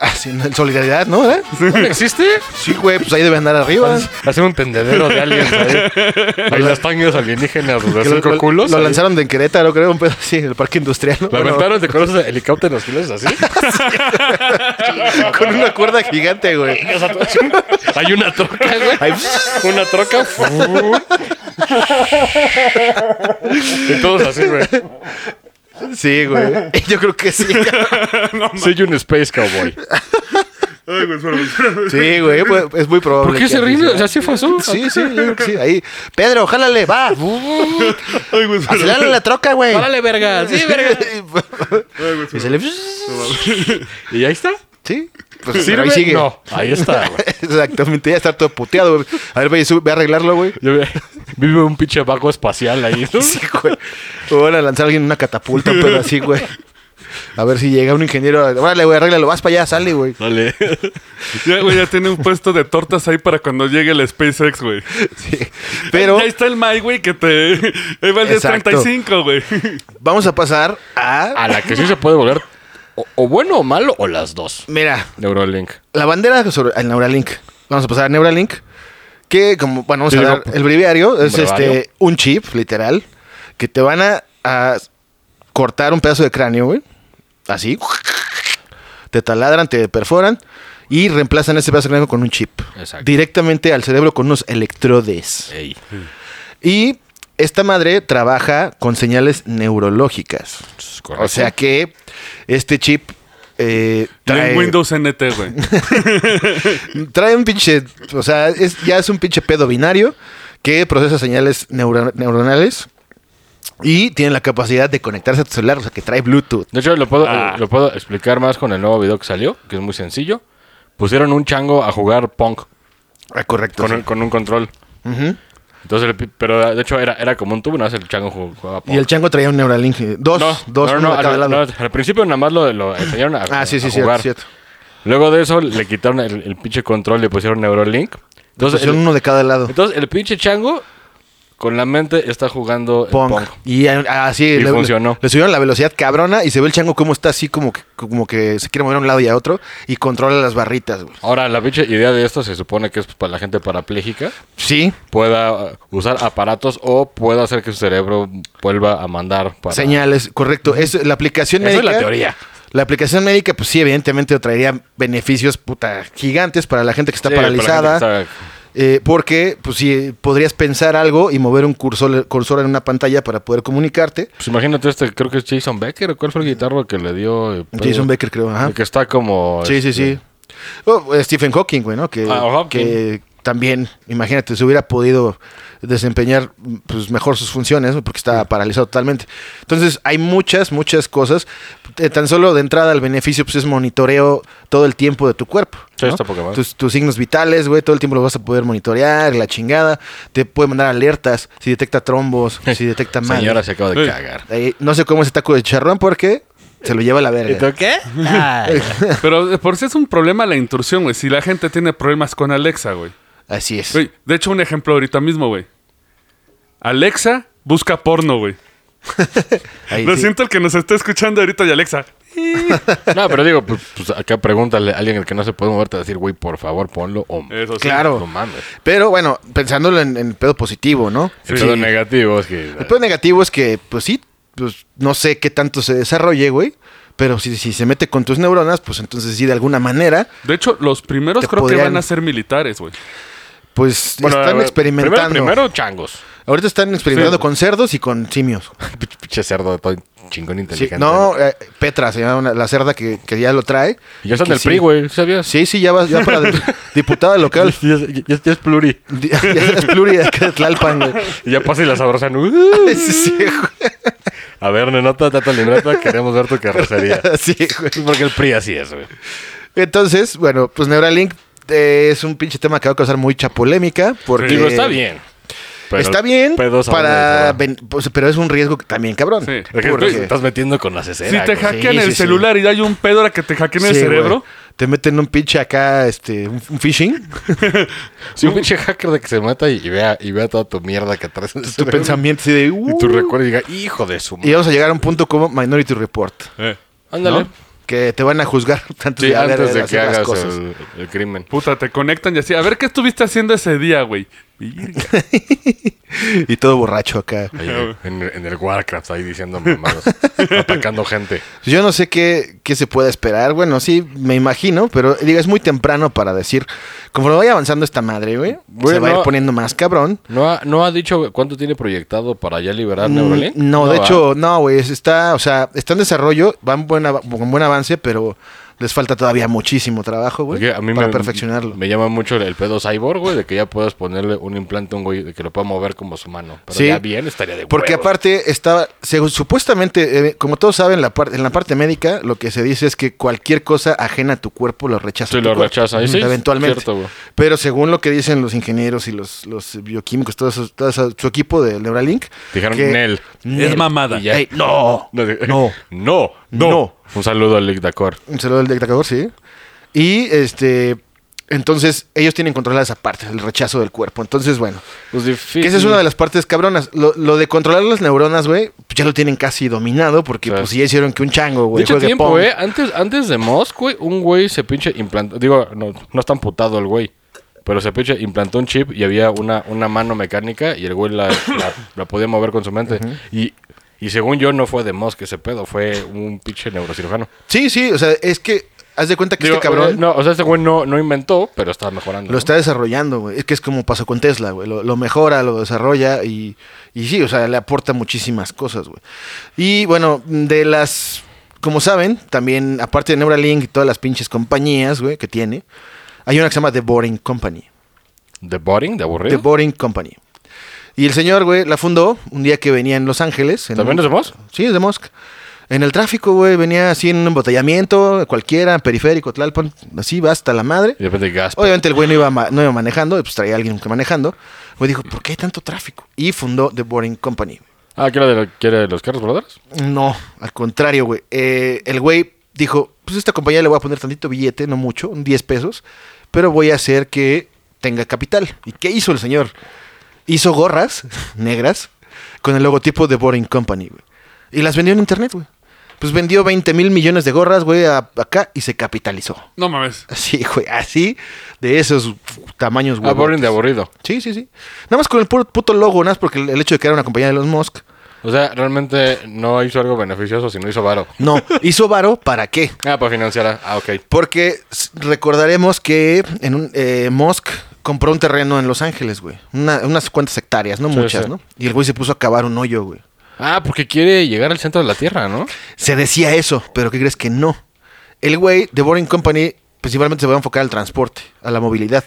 B: ah, sí, no, en solidaridad, ¿no? eh?
D: ¿Existe?
B: Sí, güey, pues ahí debe andar arriba.
D: Hacer un tendedero de aliens ahí. Ahí las tangas alienígenas, de
B: Que lo,
D: cinco
B: lo-
D: culos.
B: lo
D: ahí.
B: lanzaron de en Querétaro, creo, un pedo así, en el parque industrial. ¿no?
D: La
B: Bueno,
D: aventaron de colores de helicópteros filas así.
B: con una cuerda gigante, güey.
D: O sea, Hay una troca, güey.
B: Ahí,
D: Una troca. y todos así, güey.
B: sí, güey. Yo creo que sí.
D: Soy un space cowboy.
B: Sí, güey. pues, Es muy probable. que así sea.
D: así pasó.
B: Sí, sí, yo creo que sí. Ahí. Pedro, jálale, va. Acelerale la troca, güey. pues,
D: Órale, verga. Sí, verga.
B: y se le.
D: ¿Y ahí está?
B: Sí. Pues pero
D: ¿Sirve?
B: ahí sigue.
D: No, ahí está, güey.
B: Exactamente, ya está todo puteado, güey. A ver, ve, y sube, ve a arreglarlo, güey.
D: Yo vi- vive un pinche vago espacial ahí. ¿no?
B: Sí, güey. O van a lanzar a alguien una catapulta, pero así, güey. A ver si llega un ingeniero. Órale, güey, arréglalo, vas para allá, sale, güey.
D: Dale.
C: Ya, güey, ya tiene un puesto de tortas ahí para cuando llegue el SpaceX, güey.
B: Sí. Pero
C: Ahí está el Mike, güey, que te... Ahí va el
B: Exacto.
C: 1035, güey.
B: vamos a pasar a.
C: Ah.
D: A la que sí se puede volver o, o bueno o malo o las dos.
B: Mira,
D: Neurolink.
B: la bandera sobre el Neuralink. Vamos a pasar a Neuralink. Que, como, bueno, vamos
D: Yo
B: a
D: digo,
B: dar el breviario. Es
D: brevario.
B: este un chip, literal, que te van a, a cortar un pedazo de cráneo, güey. Así. Te taladran, te perforan y reemplazan ese pedazo de cráneo con un chip.
D: Exacto. Eh.
B: Directamente al cerebro con unos electrodes.
D: Ey.
B: Y esta madre trabaja con señales neurológicas.
D: correcto.
B: O sea que este chip eh, trae,
C: En Windows NT, güey.
B: trae un pinche, o sea, es, ya es un pinche pedo binario que procesa señales neuro- neuronales y tiene la capacidad de conectarse a tu celular, o sea, que trae Bluetooth.
D: De hecho, lo puedo,
C: Ah.
D: lo puedo explicar más con el nuevo video que salió, que es muy sencillo. pusieron un chango a jugar punk
B: Ah, correcto.
D: con,
B: sí.
D: un- con un control.
B: Ujú.
D: Entonces, el pi- pero de hecho era, era como un tubo, nada más el chango jug- jugaba punk.
B: Y el chango traía un Neuralink. eh, Dos,
D: No,
B: dos,
D: no, ah,
B: uno
D: no,
B: de cada
D: al,
B: lado.
D: no, al principio nada más lo, lo enseñaron a,
B: ah, sí, sí,
D: a
B: cierto,
D: jugar.
B: cierto.
D: Luego de eso le quitaron el, el pinche control, le pusieron Neurolink. Entonces,
B: Pusieron
D: el,
B: uno de cada lado.
D: entonces el pinche chango con la mente está jugando el
B: Pong.
D: punk.
B: Y eh, así
D: Y funcionó.
B: Le, subieron la velocidad cabrona y se ve el chango como está así, como que, como que se quiere mover a un lado y a otro y controla las barritas. güey.
D: Ahora, la pinche idea de esto se supone que es pues, para la gente parapléjica.
B: Sí,
D: pueda eh, usar aparatos o pueda hacer que su cerebro vuelva a mandar para...
B: señales, correcto. Es, la aplicación
D: Eso es
B: médica.
D: la teoría.
B: La aplicación médica, pues sí, evidentemente traería beneficios puta gigantes para la gente que está
D: Sí, para la gente que
B: paralizada.
D: está-
B: Eh, porque, pues sí, podrías pensar algo y mover un cursor, cursor en una pantalla para poder comunicarte.
D: Pues imagínate este, creo que es Jason Becker, ¿o ¿cuál fue el guitarro que le dio? eh, Pedro?
B: Jason Becker, creo. Ajá.
D: El que está como...
B: Sí, sí, sí.
D: este,
B: Oh, Stephen Hawking, güey, ¿no? Que,
D: Ah, Hawking.
B: que también, imagínate, se hubiera podido desempeñar pues, mejor sus funciones ¿no? porque estaba paralizado totalmente. Entonces, hay muchas, muchas cosas. Eh, tan solo de entrada, el beneficio pues, es monitoreo todo el tiempo de tu cuerpo.
D: Sí,
B: ¿no?
D: está poca madre.
B: tus, tus signos vitales, güey, todo el tiempo los vas a poder monitorear, la chingada. Te puede mandar alertas si detecta trombos, si detecta mal. Eh,
D: Señora se acaba de cagar.
B: no sé cómo es el taco de charrón porque se lo lleva a la verga.
D: qué?
C: Pero eh, por si es un problema la intrusión, güey. Si la gente tiene problemas con Alexa, güey.
B: Así es.
C: Güey, de hecho, un ejemplo ahorita mismo, güey. Alexa busca porno, güey.
B: Ahí
C: Lo
B: sí.
C: siento el que nos está escuchando ahorita y Alexa.
D: No, pero digo, pues, pues, acá pregúntale a alguien el que no se puede mover, te va a decir, güey, por favor, ponlo o...
C: Eso sí.
B: Claro.
D: No mames.
B: Pero bueno, pensándolo en, en el pedo positivo, ¿no?
D: El pedo negativo es que...
B: El pedo negativo es que, pues sí, pues no sé qué tanto se desarrolle, güey. Pero si, si se mete con tus neuronas, pues entonces sí, de alguna manera,
C: De hecho, los primeros
B: Te
C: creo que
B: podrían-
C: van a ser militares, güey.
B: pues
D: Bueno,
B: están
D: eh,
B: experimentando.
D: Primero, primero changos.
B: Ahorita están experimentando
C: Sí.
B: con cerdos y con simios.
D: Pinche cerdo, todo chingón
B: Sí,
D: inteligente.
B: no, eh, Petra se llama una- la cerda que, que ya lo trae.
D: Y ya está en
B: Que
D: el
B: sí.
D: PRI, güey, ¿sabías?
B: Sí, sí, ya va ya para dip- diputada local.
D: Ya, ya- ya- ya es pluri.
B: Di- ya es pluri acá de Tlalpan, güey.
D: Y ya pasa y la sabrosan. ¡Uh!
B: Sí, sí, güey.
D: A ver, nenota, tata libreta, queremos ver tu carrocería.
B: Sí, güey.
D: Porque el PRI así es, güey.
B: Entonces, bueno, pues Neuralink eh, es un pinche tema que va a causar mucha polémica. Porque
D: Digo, está bien. pero
B: está bien,
D: pedos a
B: para
D: dónde,
B: ben- pues, pero es un riesgo que también cabrón.
C: Sí.
D: ¿no? Es que
B: Porque-
D: te estás metiendo con la cesera.
C: si te
D: güey.
C: hackean
B: Sí,
C: el
B: sí, sí.
C: celular y hay un pedo ahora que te hackean el
B: Sí,
C: cerebro.
B: güey. Te meten un pinche acá, este, un, un phishing,
D: Si un pinche hacker de que se mata y vea, y vea toda tu mierda que traes en el
B: tu
D: cerebro,
B: pensamiento así de...
D: Y
B: "Uh".
D: tu recuerdo y diga, hijo de su
B: Y
D: madre.
B: vamos a llegar a un punto como Minority Report,
C: Eh,
D: Ándale.
B: ¿no? Que te van a juzgar antes
D: Sí,
B: de, haber-
D: antes de que
B: hacer las
D: hagas
B: cosas.
D: el, el crimen.
C: Puta, te conectan y así. A ver qué estuviste haciendo ese día, güey. Virga.
B: Y todo borracho acá.
D: Ahí, en, en el Warcraft, ahí diciendo mamadas, atacando gente.
B: Pues Yo no sé qué, qué se puede esperar. Bueno, sí, me imagino, pero digo, es muy temprano para decir. Conforme vaya avanzando esta madre, güey,
D: Güey,
B: se va a
D: no.
B: ir poniendo más cabrón.
D: ¿No ha, ¿No ha dicho cuánto tiene proyectado para ya liberar
B: Mm,
D: Neuralink?
B: No, de
D: va.
B: hecho, no, güey, es- está, o sea, está en desarrollo, van buena, con buen avance, pero les falta todavía muchísimo trabajo, güey,
D: Porque a mí
B: para
D: me,
B: perfeccionarlo.
D: Me llama mucho el, el pedo cyborg, güey, de que ya puedas ponerle un implante a un güey de que lo pueda mover como su mano. Pero
B: Sí.
D: ya bien estaría de
B: Porque
D: huevos.
B: aparte estaba, según- supuestamente, eh, como todos saben, la parte en la parte médica lo que se dice es que cualquier cosa ajena a tu cuerpo lo rechaza.
D: Sí,
B: tu
D: lo
B: cuerpo.
D: rechaza. Y
B: Ujú.
D: sí,
B: Eventualmente.
D: cierto, güey.
B: Pero según lo que dicen los ingenieros y los, los bioquímicos, todo, eso- todo eso- su equipo de Neuralink.
D: Dijeron
B: que-
D: Nel.
C: Es mamada.
D: Y ya.
B: Ey, no.
D: No, de-
B: No.
D: no, no.
B: No.
D: Un saludo a Lick Dacor.
B: Un saludo al dictador, sí. Y este. Entonces, ellos tienen controlada esa parte, el rechazo del cuerpo. Entonces, bueno.
D: Pues difícil.
B: Que esa es una de las partes cabronas. Lo, lo de controlar las neuronas, güey, pues ya lo tienen casi dominado porque
D: Claro.
B: pues ya hicieron que un chango, güey.
D: Dicho
B: juegue
D: tiempo, ¿eh?
B: Pong.
D: güey. Antes, antes de Musk, güey, un güey se pinche implantó. Digo, no, no está amputado el güey. Pero se pinche implantó un chip y había una, una mano mecánica y el güey la, la- la podía mover con su mente. y, y según yo, no fue de Musk ese pedo, fue un pinche neurocirujano.
B: Sí, sí, o sea, es que haz de cuenta que
D: Digo,
B: este cabrón
D: eh, No, o sea, este güey no, no inventó, pero está mejorando.
B: lo
D: ¿no?
B: está desarrollando, güey. Es que es como pasó con Tesla, güey. Lo, lo mejora, lo desarrolla y, y sí, o sea, le aporta muchísimas cosas, güey. Y bueno, de las. Como saben, también, aparte de Neuralink y todas las pinches compañías, güey, que tiene, hay una que se llama The Boring Company.
D: ¿De boring? ¿De
B: The
D: aburrido?
B: Boring Company. Y el señor, güey, la fundó un día que venía en Los Ángeles. en
D: ¿También
B: un-
D: es de Musk?
B: Sí, es de Musk. En el tráfico, güey, venía así en un embotellamiento, cualquiera, periférico, Tlalpan, así va hasta la madre.
D: Y de repente gas.
B: Obviamente el güey no iba, ma- no iba manejando, pues traía a alguien que manejando. Güey dijo, ¿por qué hay tanto tráfico? Y fundó The Boring Company.
D: Ah, ¿qué era de, lo- qué era de los carros voladores?
B: No, al contrario, güey. Eh, el güey dijo, pues a esta compañía le voy a poner tantito billete, no mucho, un 10 pesos, pero voy a hacer que tenga capital. ¿Y qué hizo el señor? Hizo gorras negras con el logotipo de Boring Company, güey. Y las vendió en internet, güey. Pues vendió 20 mil millones de gorras, güey, a- acá y se capitalizó.
C: No mames.
B: Así, güey, así de esos tamaños, güey.
D: Ah, boring de aburrido.
B: Sí, sí, sí. Nada más con el puro puto logo, nada más porque el el hecho de que era una compañía de los Musk.
D: O sea, realmente no hizo algo beneficioso, sino hizo varo.
B: No, hizo varo, ¿para qué?
D: Ah, para financiar. a- Ah, ok.
B: Porque s- recordaremos que en un, eh, Musk compró un terreno en Los Ángeles, güey. Una- unas cuantas hectáreas, no
D: Sí,
B: muchas,
D: sí.
B: ¿no? Y el güey se puso a cavar un hoyo, güey.
D: Ah, porque quiere llegar al centro de la Tierra, ¿no?
B: Se decía eso, pero ¿qué crees que no? El güey de Boring Company principalmente se va a enfocar al transporte, a la movilidad.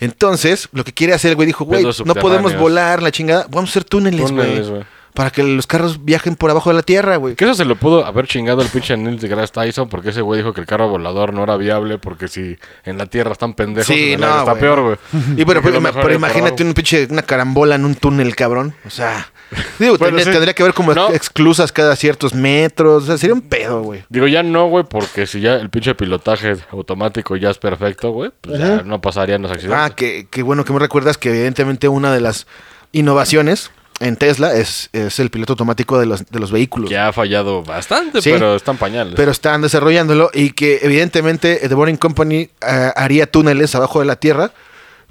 B: Entonces, lo que quiere hacer el güey dijo, güey,
D: Pedos
B: no podemos
D: subterráneos.
B: volar la chingada, vamos a hacer túneles,
D: Túneles,
B: güey.
D: güey.
B: Para que los carros viajen por abajo de la tierra, güey.
D: Que eso se lo pudo haber chingado el pinche Neil deGrasse Tyson porque ese güey dijo que el carro volador no era viable porque si en la Tierra están pendejos,
B: Sí,
D: en el
B: no,
D: aire está
B: güey.
D: peor, güey.
B: Y pero,
D: Porque
B: pero,
D: lo mejor
B: pero
D: es
B: imagínate
D: probar.
B: un pinche, una carambola en un túnel, cabrón. O sea, digo,
D: Bueno,
B: tendría,
D: sí.
B: tendría que haber como
D: No.
B: exclusas cada ciertos metros. O sea, sería un pedo, güey.
D: Digo, ya no, güey, porque si ya el pinche pilotaje automático ya es perfecto, güey, pues ya no pasarían los
B: Ah,
D: accidentes.
B: que, que bueno que me recuerdas que evidentemente una de las innovaciones en Tesla es, es el piloto automático de los, de los vehículos.
D: que ha fallado bastante,
B: Sí.
D: pero están pañales.
B: Pero están desarrollándolo y que evidentemente The Boring Company eh, haría túneles abajo de la tierra,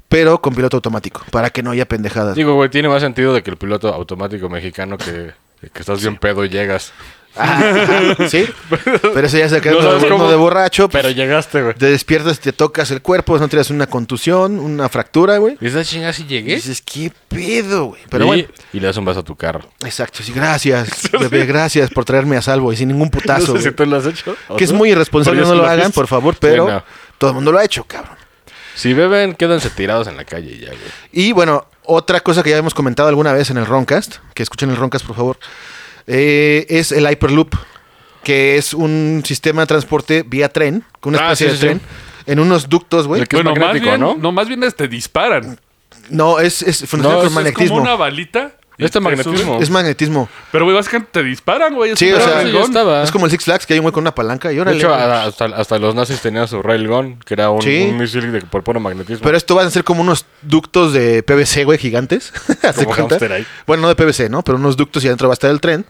B: pero con piloto automático, para que no haya pendejadas.
D: Digo, güey, tiene más sentido de que el piloto automático mexicano que, que estás bien pedo y llegas.
B: Ah, ajá, sí, pero eso ya se acaba
D: No sabes cómo,
B: de borracho. pues,
D: Pero llegaste, güey.
B: Te despiertas, te tocas el cuerpo, no tienes una contusión, una fractura, güey.
D: Y esa chingada si
B: Y
D: llegué.
B: dices, ¿qué pedo, güey? Pero
D: y,
B: bueno,
D: y le das un vaso a tu carro.
B: exacto, sí, gracias, bebé, gracias por traerme a salvo y sin ningún putazo.
D: no sé si
B: güey.
D: tú lo has hecho. o
B: que es
D: tú,
B: muy
D: pero
B: irresponsable,
D: yo
B: no
D: sí
B: lo
D: he
B: hagan,
D: visto.
B: por favor, pero
D: Sí, no.
B: todo el mundo lo ha hecho, cabrón.
D: Si beben, quédanse tirados en la calle ya, güey.
B: Y bueno, otra cosa que ya hemos comentado alguna vez en el Roncast, que escuchen el Roncast, por favor, eh, es el Hyperloop, que es un sistema de transporte vía tren, con una
D: Ah,
B: especie
D: sí, sí,
B: de tren, en unos ductos, güey.
D: El Que es
C: bueno, más
D: magnético,
C: bien,
D: ¿no?
C: ¿no? más bien es te disparan.
B: No, es, es funciona con
D: No, es- es como
C: Es
B: magnetismo.
C: como una balita. y
D: Este
C: te
D: magnetismo.
C: suben.
B: Es magnetismo.
C: Pero, güey, básicamente te disparan, güey. es
B: Sí,
C: un
B: o
D: Pero
B: sea,
D: eso
C: dragón.
D: ya estaba.
B: Es como el Six Flags que hay un güey con una palanca y
D: Ah, De
B: órale.
D: hecho, ah,
B: güey.
D: a- hasta, hasta los nazis tenían su railgun, que era un,
B: Sí.
D: un misil de, por puro magnetismo.
B: Pero esto van a ser como unos ductos de PVC, güey, gigantes. ¿Hace
D: Como
B: cuenta?
D: hámster ahí.
B: Bueno, no de PVC, ¿no? Pero unos ductos y adentro va a estar el tren.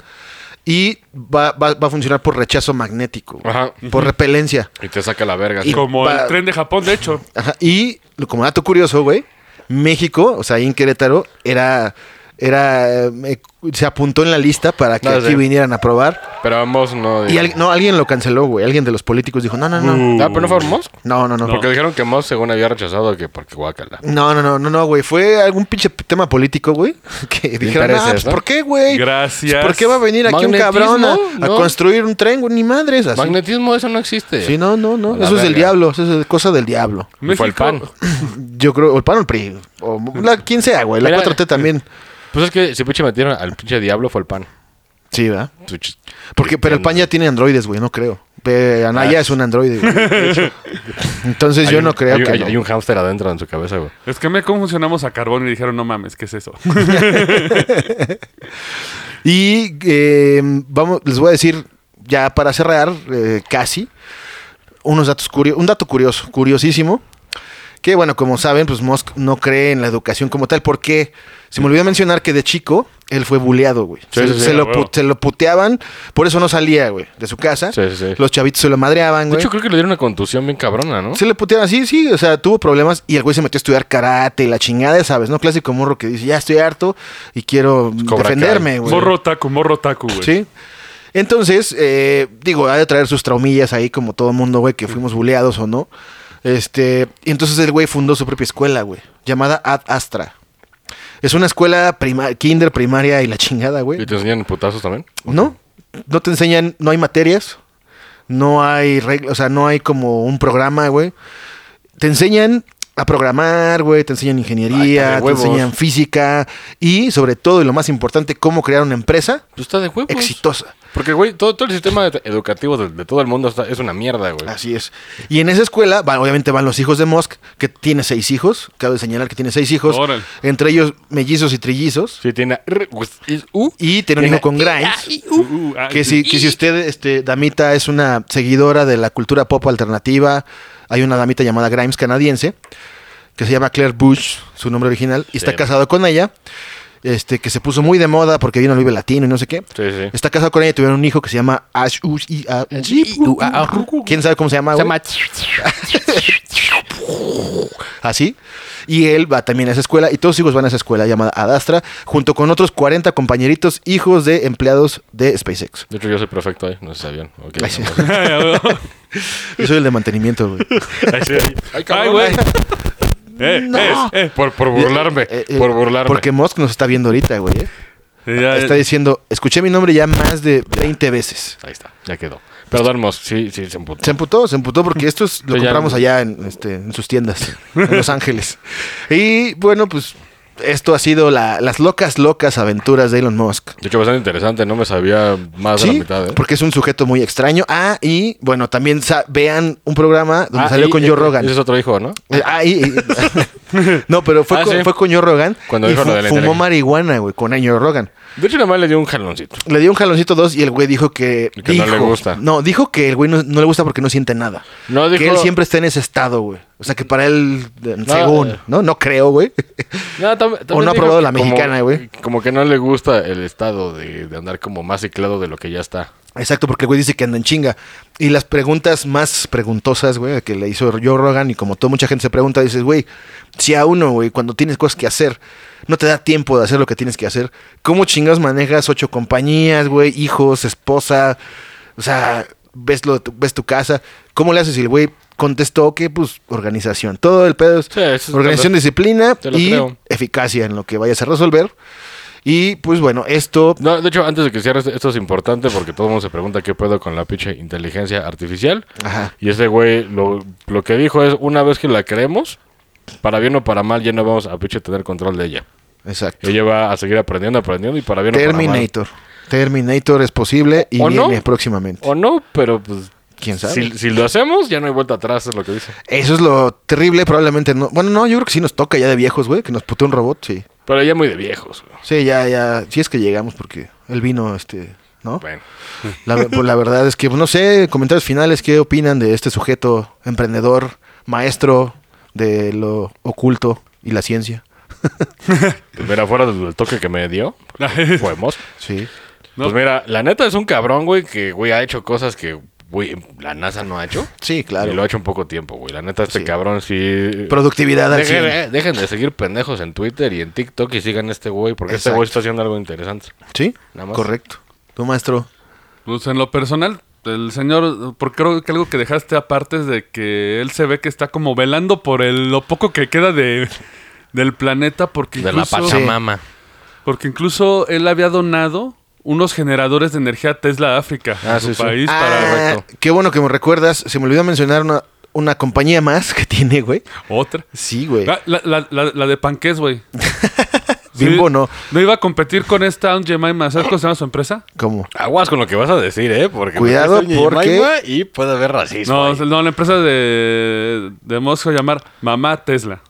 B: Y va, va- va a funcionar por rechazo magnético. güey.
D: Ajá.
B: Por repelencia.
D: Y te saca la verga.
B: Y-
D: sí.
C: Como
B: pa-
C: el tren de Japón, de hecho.
B: Ajá. Y lo- como dato curioso, güey, México, o sea, ahí en Querétaro, era. era eh, se apuntó en la lista para que
D: No,
B: aquí
D: Ah, sí.
B: vinieran a probar.
D: Pero ambos no...
B: Y al- no, alguien lo canceló, güey. Alguien de los políticos dijo: No, no, no.
D: Ah, pero no fue Musk.
B: No, no, no.
D: Porque dijeron que Moss según había rechazado que porque guácala.
B: No, no, no, no, no, güey. Fue algún pinche p- tema político, güey. Que dijeron, ah,
D: intereses,
B: pues,
D: ¿no?
B: ¿por qué, güey? Pues,
C: Gracias.
B: ¿Por qué va a venir aquí un
D: Magnetismo,
B: cabrón a, a
D: ¿no?
B: construir un tren, güey? Ni madres. Así.
D: Magnetismo, eso no existe.
B: Sí, no, no, no.
D: A la
B: Eso es del
D: verga.
B: diablo. Eso es cosa del diablo.
D: Y fue el pan.
B: Yo creo, o el pan o el PRI. O la, quien sea, güey. La
D: Mira.
B: 4T también.
D: Pues es que si pinche metieron al pinche diablo fue el pan.
B: Sí, ¿verdad?
D: Tu ch-
B: Porque, pero el pan ya tiene androides, güey. No creo. Ve, Anaya es un androide, güey. Entonces
D: Ah. Hay
B: yo
D: un-
B: no creo
D: hay,
B: que
D: hay-
B: no. ¿Eh?
D: hay un hámster adentro en su cabeza, güey.
C: Les cambié cómo funcionamos a carbón y dijeron, no mames, ¿qué es eso?
B: Y eh, vamos, les voy a decir, ya para cerrar, eh, casi, unos datos curiosos, un dato curioso, curiosísimo, que bueno, como saben, pues Musk no cree en la educación como tal, porque se me olvidó mencionar que de chico él fue buleado, güey.
D: Sí,
B: se,
D: sí, sí,
B: se
D: a
B: lo
C: huevo.
B: pu- se lo puteaban, por eso no salía, güey, de su casa.
D: Sí, sí, sí.
B: Los chavitos se lo madreaban,
D: De
B: güey.
D: hecho, creo que le dieron una contusión bien cabrona, ¿no?
B: Se le puteaban así, sí, o sea, tuvo problemas y el güey se metió a estudiar karate y la chingada, ya ¿sabes? ¿No? Clásico morro que dice, ya estoy harto y quiero
D: Pues Cobra Kai.
B: defenderme, güey.
C: morro taco, morro taco,
D: pues.
C: güey.
B: Sí. Entonces, eh, digo, ha de traer sus traumillas ahí, como todo mundo, güey, que fuimos buleados o no. Este, y entonces el güey fundó su propia escuela, güey, llamada Ad Astra. Es una escuela prima- kinder, primaria y la chingada,
D: Y
B: güey.
D: te enseñan putazos también.
B: ¿No? No te enseñan, no hay materias, no hay reglas, o sea, no hay como un programa, güey. Te enseñan a programar, güey, te enseñan
D: Ay,
B: ingeniería,
D: de
B: te
D: huevos.
B: enseñan física y sobre todo, y lo más importante, cómo crear una empresa
D: Pues está de huevos.
B: exitosa.
D: Porque, güey, todo, todo el sistema ed- educativo de, de todo el mundo está- es una mierda, güey.
B: Así es. Y en esa escuela, van- obviamente van los hijos de Musk, que tiene seis hijos. Cabe señalar que tiene seis hijos.
C: Órale.
B: Entre ellos mellizos y trillizos.
D: Sí, tiene... es uh. U.
B: Y tiene un hijo con Grimes.
C: Uh, uh, ah,
B: Que si, que si usted, este, Damita, es una seguidora de la cultura pop alternativa, hay una Damita llamada Grimes canadiense, que se llama Claire Bush, su nombre original, y está
D: Sí.
B: casado con ella, este, que se puso muy de moda porque vino al Vive Latino y no sé qué.
D: Sí, sí.
B: Está casado con ella y tuvieron un hijo que se llama Ash Ush, y, ah, ¿Quién sabe cómo se llama?
D: Se
B: güey?
D: llama...
B: Así. Y él va también a esa escuela y todos sus hijos van a esa escuela llamada Adastra, junto con otros 40 compañeritos, hijos de empleados de SpaceX.
D: De hecho, yo soy perfecto ahí. No sé si sabían. Ok.
B: Ay, sí. Yo soy el de mantenimiento, güey.
D: Ay,
C: Ay,
D: cabrón,
C: güey.
D: ay.
C: Eh, eh, eh.
D: Por, por burlarme.
B: Eh, eh,
D: por burlarme.
B: Porque Musk nos está viendo ahorita, güey. ¿eh?
C: Ya,
B: Está diciendo, escuché mi nombre ya más de 20 veces.
D: Ahí está. Ya quedó. Perdón, Mos. Sí, sí, se emputó.
B: Se emputó, se emputó porque esto es- lo
D: Yo Pues ya-
B: compramos allá en, este, en sus tiendas, en Los Ángeles. Y bueno, pues esto ha sido la- las locas, locas aventuras de Elon Musk.
D: De hecho, bastante interesante. No me sabía más de la
B: Sí,
D: mitad, ¿eh?
B: porque es un sujeto muy extraño. Ah, y bueno, también sa- vean un programa donde
D: Ah,
B: salió
D: y-
B: con
D: eh,
B: Joe Rogan.
D: Ese es otro hijo, ¿no?
B: Eh, ah, y- y- no, pero fue,
D: Ah,
B: con,
D: sí.
B: fue con Joe Rogan.
D: Cuando
B: y
D: dijo
B: fu-
D: lo de la
B: fumó
D: inteligencia.
B: marihuana, güey, con Joe Rogan.
D: De hecho, nada más le dio un jaloncito.
B: Le dio un jaloncito dos y el güey dijo que.
D: Que no
B: dijo-
D: le gusta.
B: No, dijo que el güey no, no le gusta porque no siente nada.
D: No, dijo-
B: Que él siempre está en ese estado, güey. O sea, que para él, eh,
D: No,
B: según,
D: eh.
B: ¿no? No creo, güey.
D: No, tam- también
B: no ha
D: dijo
B: probado
D: que
B: la
D: como-
B: mexicana, güey.
D: Como que no le gusta el estado de, de andar como más ciclado de lo que ya está.
B: Exacto, porque el güey dice que anda en chinga. Y las preguntas más preguntosas, güey, que le hizo Joe Rogan, y como toda mucha gente se pregunta, dices, güey, si a uno, güey, cuando tienes cosas que hacer, no te da tiempo de hacer lo que tienes que hacer, ¿cómo chingados manejas ocho compañías, güey, hijos, esposa? O sea, ves, lo, ves tu casa. ¿Cómo le haces? Y el güey contestó que, pues, organización. Todo el pedo es
D: Sí, eso es
B: organización,
D: verdad.
B: disciplina
D: Te lo
B: y
D: creo.
B: eficacia en lo que vayas a resolver. Y, pues, bueno, esto...
D: No, de hecho, antes de que cierres, esto es importante porque todo el mundo se pregunta qué pedo con la pinche inteligencia artificial.
B: Ajá.
D: Y ese güey lo, lo que dijo es, una vez que la creemos, para bien o para mal, ya no vamos a pinche tener control de ella.
B: Exacto.
D: Ella va a seguir aprendiendo, aprendiendo y para bien
B: Terminator. Terminator es posible y
D: ¿O no?
B: viene próximamente.
D: o para mal. O no, pero pues...
B: ¿Quién sabe?
D: Si, si lo hacemos, ya no hay vuelta atrás, es lo que dice.
B: Eso es lo terrible, probablemente no. Bueno, no, yo creo que sí nos toca ya de viejos, güey, que nos putea un robot, sí.
D: Pero ya muy de viejos. güey.
B: Sí, ya, ya, sí es que llegamos porque él vino, este, ¿no?
D: Bueno.
B: La, ve- pues la verdad es que, pues, no sé, comentarios finales, ¿qué opinan de este sujeto emprendedor, maestro de lo oculto y la ciencia?
D: Pues mira, fuera del toque que me dio, podemos.
B: Sí.
D: Pues mira, la neta es un cabrón, güey, que, güey, ha hecho cosas que, güey, la NASA no ha hecho.
B: Sí, claro.
D: Y lo ha hecho en poco tiempo, güey. La neta, este
B: Sí.
D: cabrón sí...
B: Productividad al
D: Dejen,
B: 100.
D: eh, dejen de seguir pendejos en Twitter y en TikTok y sigan a este güey, porque este
B: Exacto.
D: güey está haciendo algo interesante.
B: Sí,
D: Nada más.
B: correcto. Tu maestro.
C: Pues en lo personal, el señor, porque creo que algo que dejaste aparte es de que él se ve que está como velando por el, lo poco que queda de, del planeta, porque
D: De la
C: incluso,
D: Pachamama.
C: porque incluso él había donado unos generadores de energía a Tesla África,
D: Ah,
C: a su
D: sí, sí.
C: país,
B: Ah,
C: para
B: Qué bueno que me recuerdas. Se me olvidó mencionar una, una compañía más que tiene, güey.
C: otra.
B: Sí, güey.
C: Ah, La, la- la- la de panqués, güey. Sí.
B: Bimbo no.
C: No iba a competir con esta Aunt Jemima. ¿Sabes cómo se llama su empresa?
B: ¿Cómo?
D: Aguas con lo que vas a decir, ¿eh? Porque
B: Cuidado,
D: metiste a Ñe
B: porque-
D: Maima Y puede haber racismo.
C: No,
D: ahí.
C: o sea, no, la empresa de, de Mosco llamar Mamá Tesla.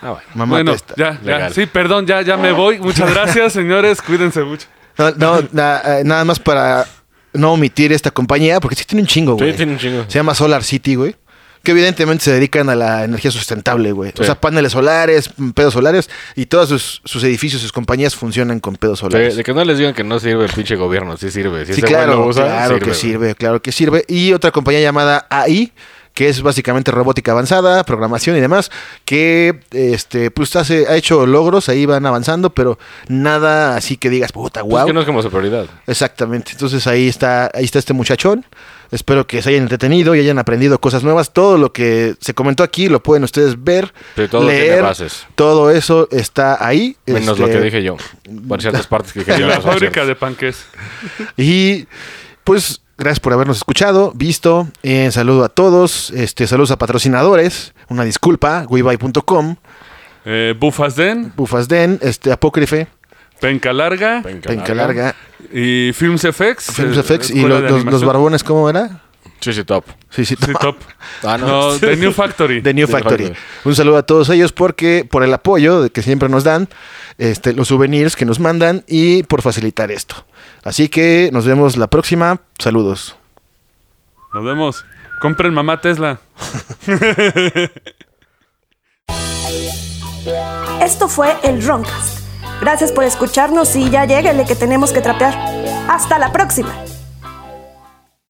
D: Ah, bueno.
B: Mamá
C: bueno,
B: testa.
C: ya, ya.
D: Legal.
C: Sí, perdón, ya, ya me voy. Muchas gracias, señores. Cuídense mucho.
B: No, no, na- eh, nada más para no omitir esta compañía, porque sí tiene un chingo,
D: Sí,
B: güey.
D: tiene un chingo.
B: Se llama Solar City, güey. Que evidentemente se dedican a la energía sustentable, güey.
D: Sí.
B: O sea, paneles solares, pedos solares y todos sus, sus edificios, sus compañías funcionan con pedos
D: De,
B: solares.
D: de que no les digan que no sirve el pinche gobierno, sí sirve.
B: pues.
D: Si
B: Sí,
D: ese güey
B: claro,
D: lo usa,
B: claro que
D: güey.
B: sirve, claro que sirve. Y otra compañía llamada AI, que es básicamente robótica avanzada, programación y demás, que este, pues hace, ha hecho logros, ahí van avanzando, pero nada así que digas, puta,
D: Pues
B: guau.
D: que no es como su prioridad.
B: Exactamente. Entonces ahí está, ahí está este muchachón. Espero que se hayan entretenido y hayan aprendido cosas nuevas. Todo lo que se comentó aquí lo pueden ustedes ver,
D: Pero todo
B: leer.
D: tiene bases.
B: Todo eso está ahí.
D: Menos
B: Este,
D: lo que dije yo. Por ciertas partes que dije yo.
C: En la
D: no son
C: fábrica
D: ciertas.
C: de panqués.
B: Y pues gracias por habernos escuchado, visto. Eh, saludo a todos. Este, saludos a patrocinadores. Una disculpa, webby.com,
C: Eh, Bufas Den,
B: Bufas Den, este, Apócrife.
C: Penca Larga
B: Penca larga.
C: y Films FX.
B: Films
C: eh,
B: FX. ¿Y
C: escuela
B: lo-
C: de
B: los, los
C: animación.
B: barbones cómo era?
D: Sí, sí, top.
B: Sí, sí.
C: Sí, top.
D: Ah,
C: No, The New Factory.
B: De New
D: The
B: Factory.
D: Factory.
B: Un saludo a todos ellos porque por el apoyo de que siempre nos dan, este, los souvenirs que nos mandan y por facilitar esto. Así que nos vemos la próxima. Saludos.
C: Nos vemos. Compren mamá Tesla.
A: Esto fue el Roncast. Gracias por escucharnos y ya lléguele que tenemos que trapear. ¡Hasta la próxima!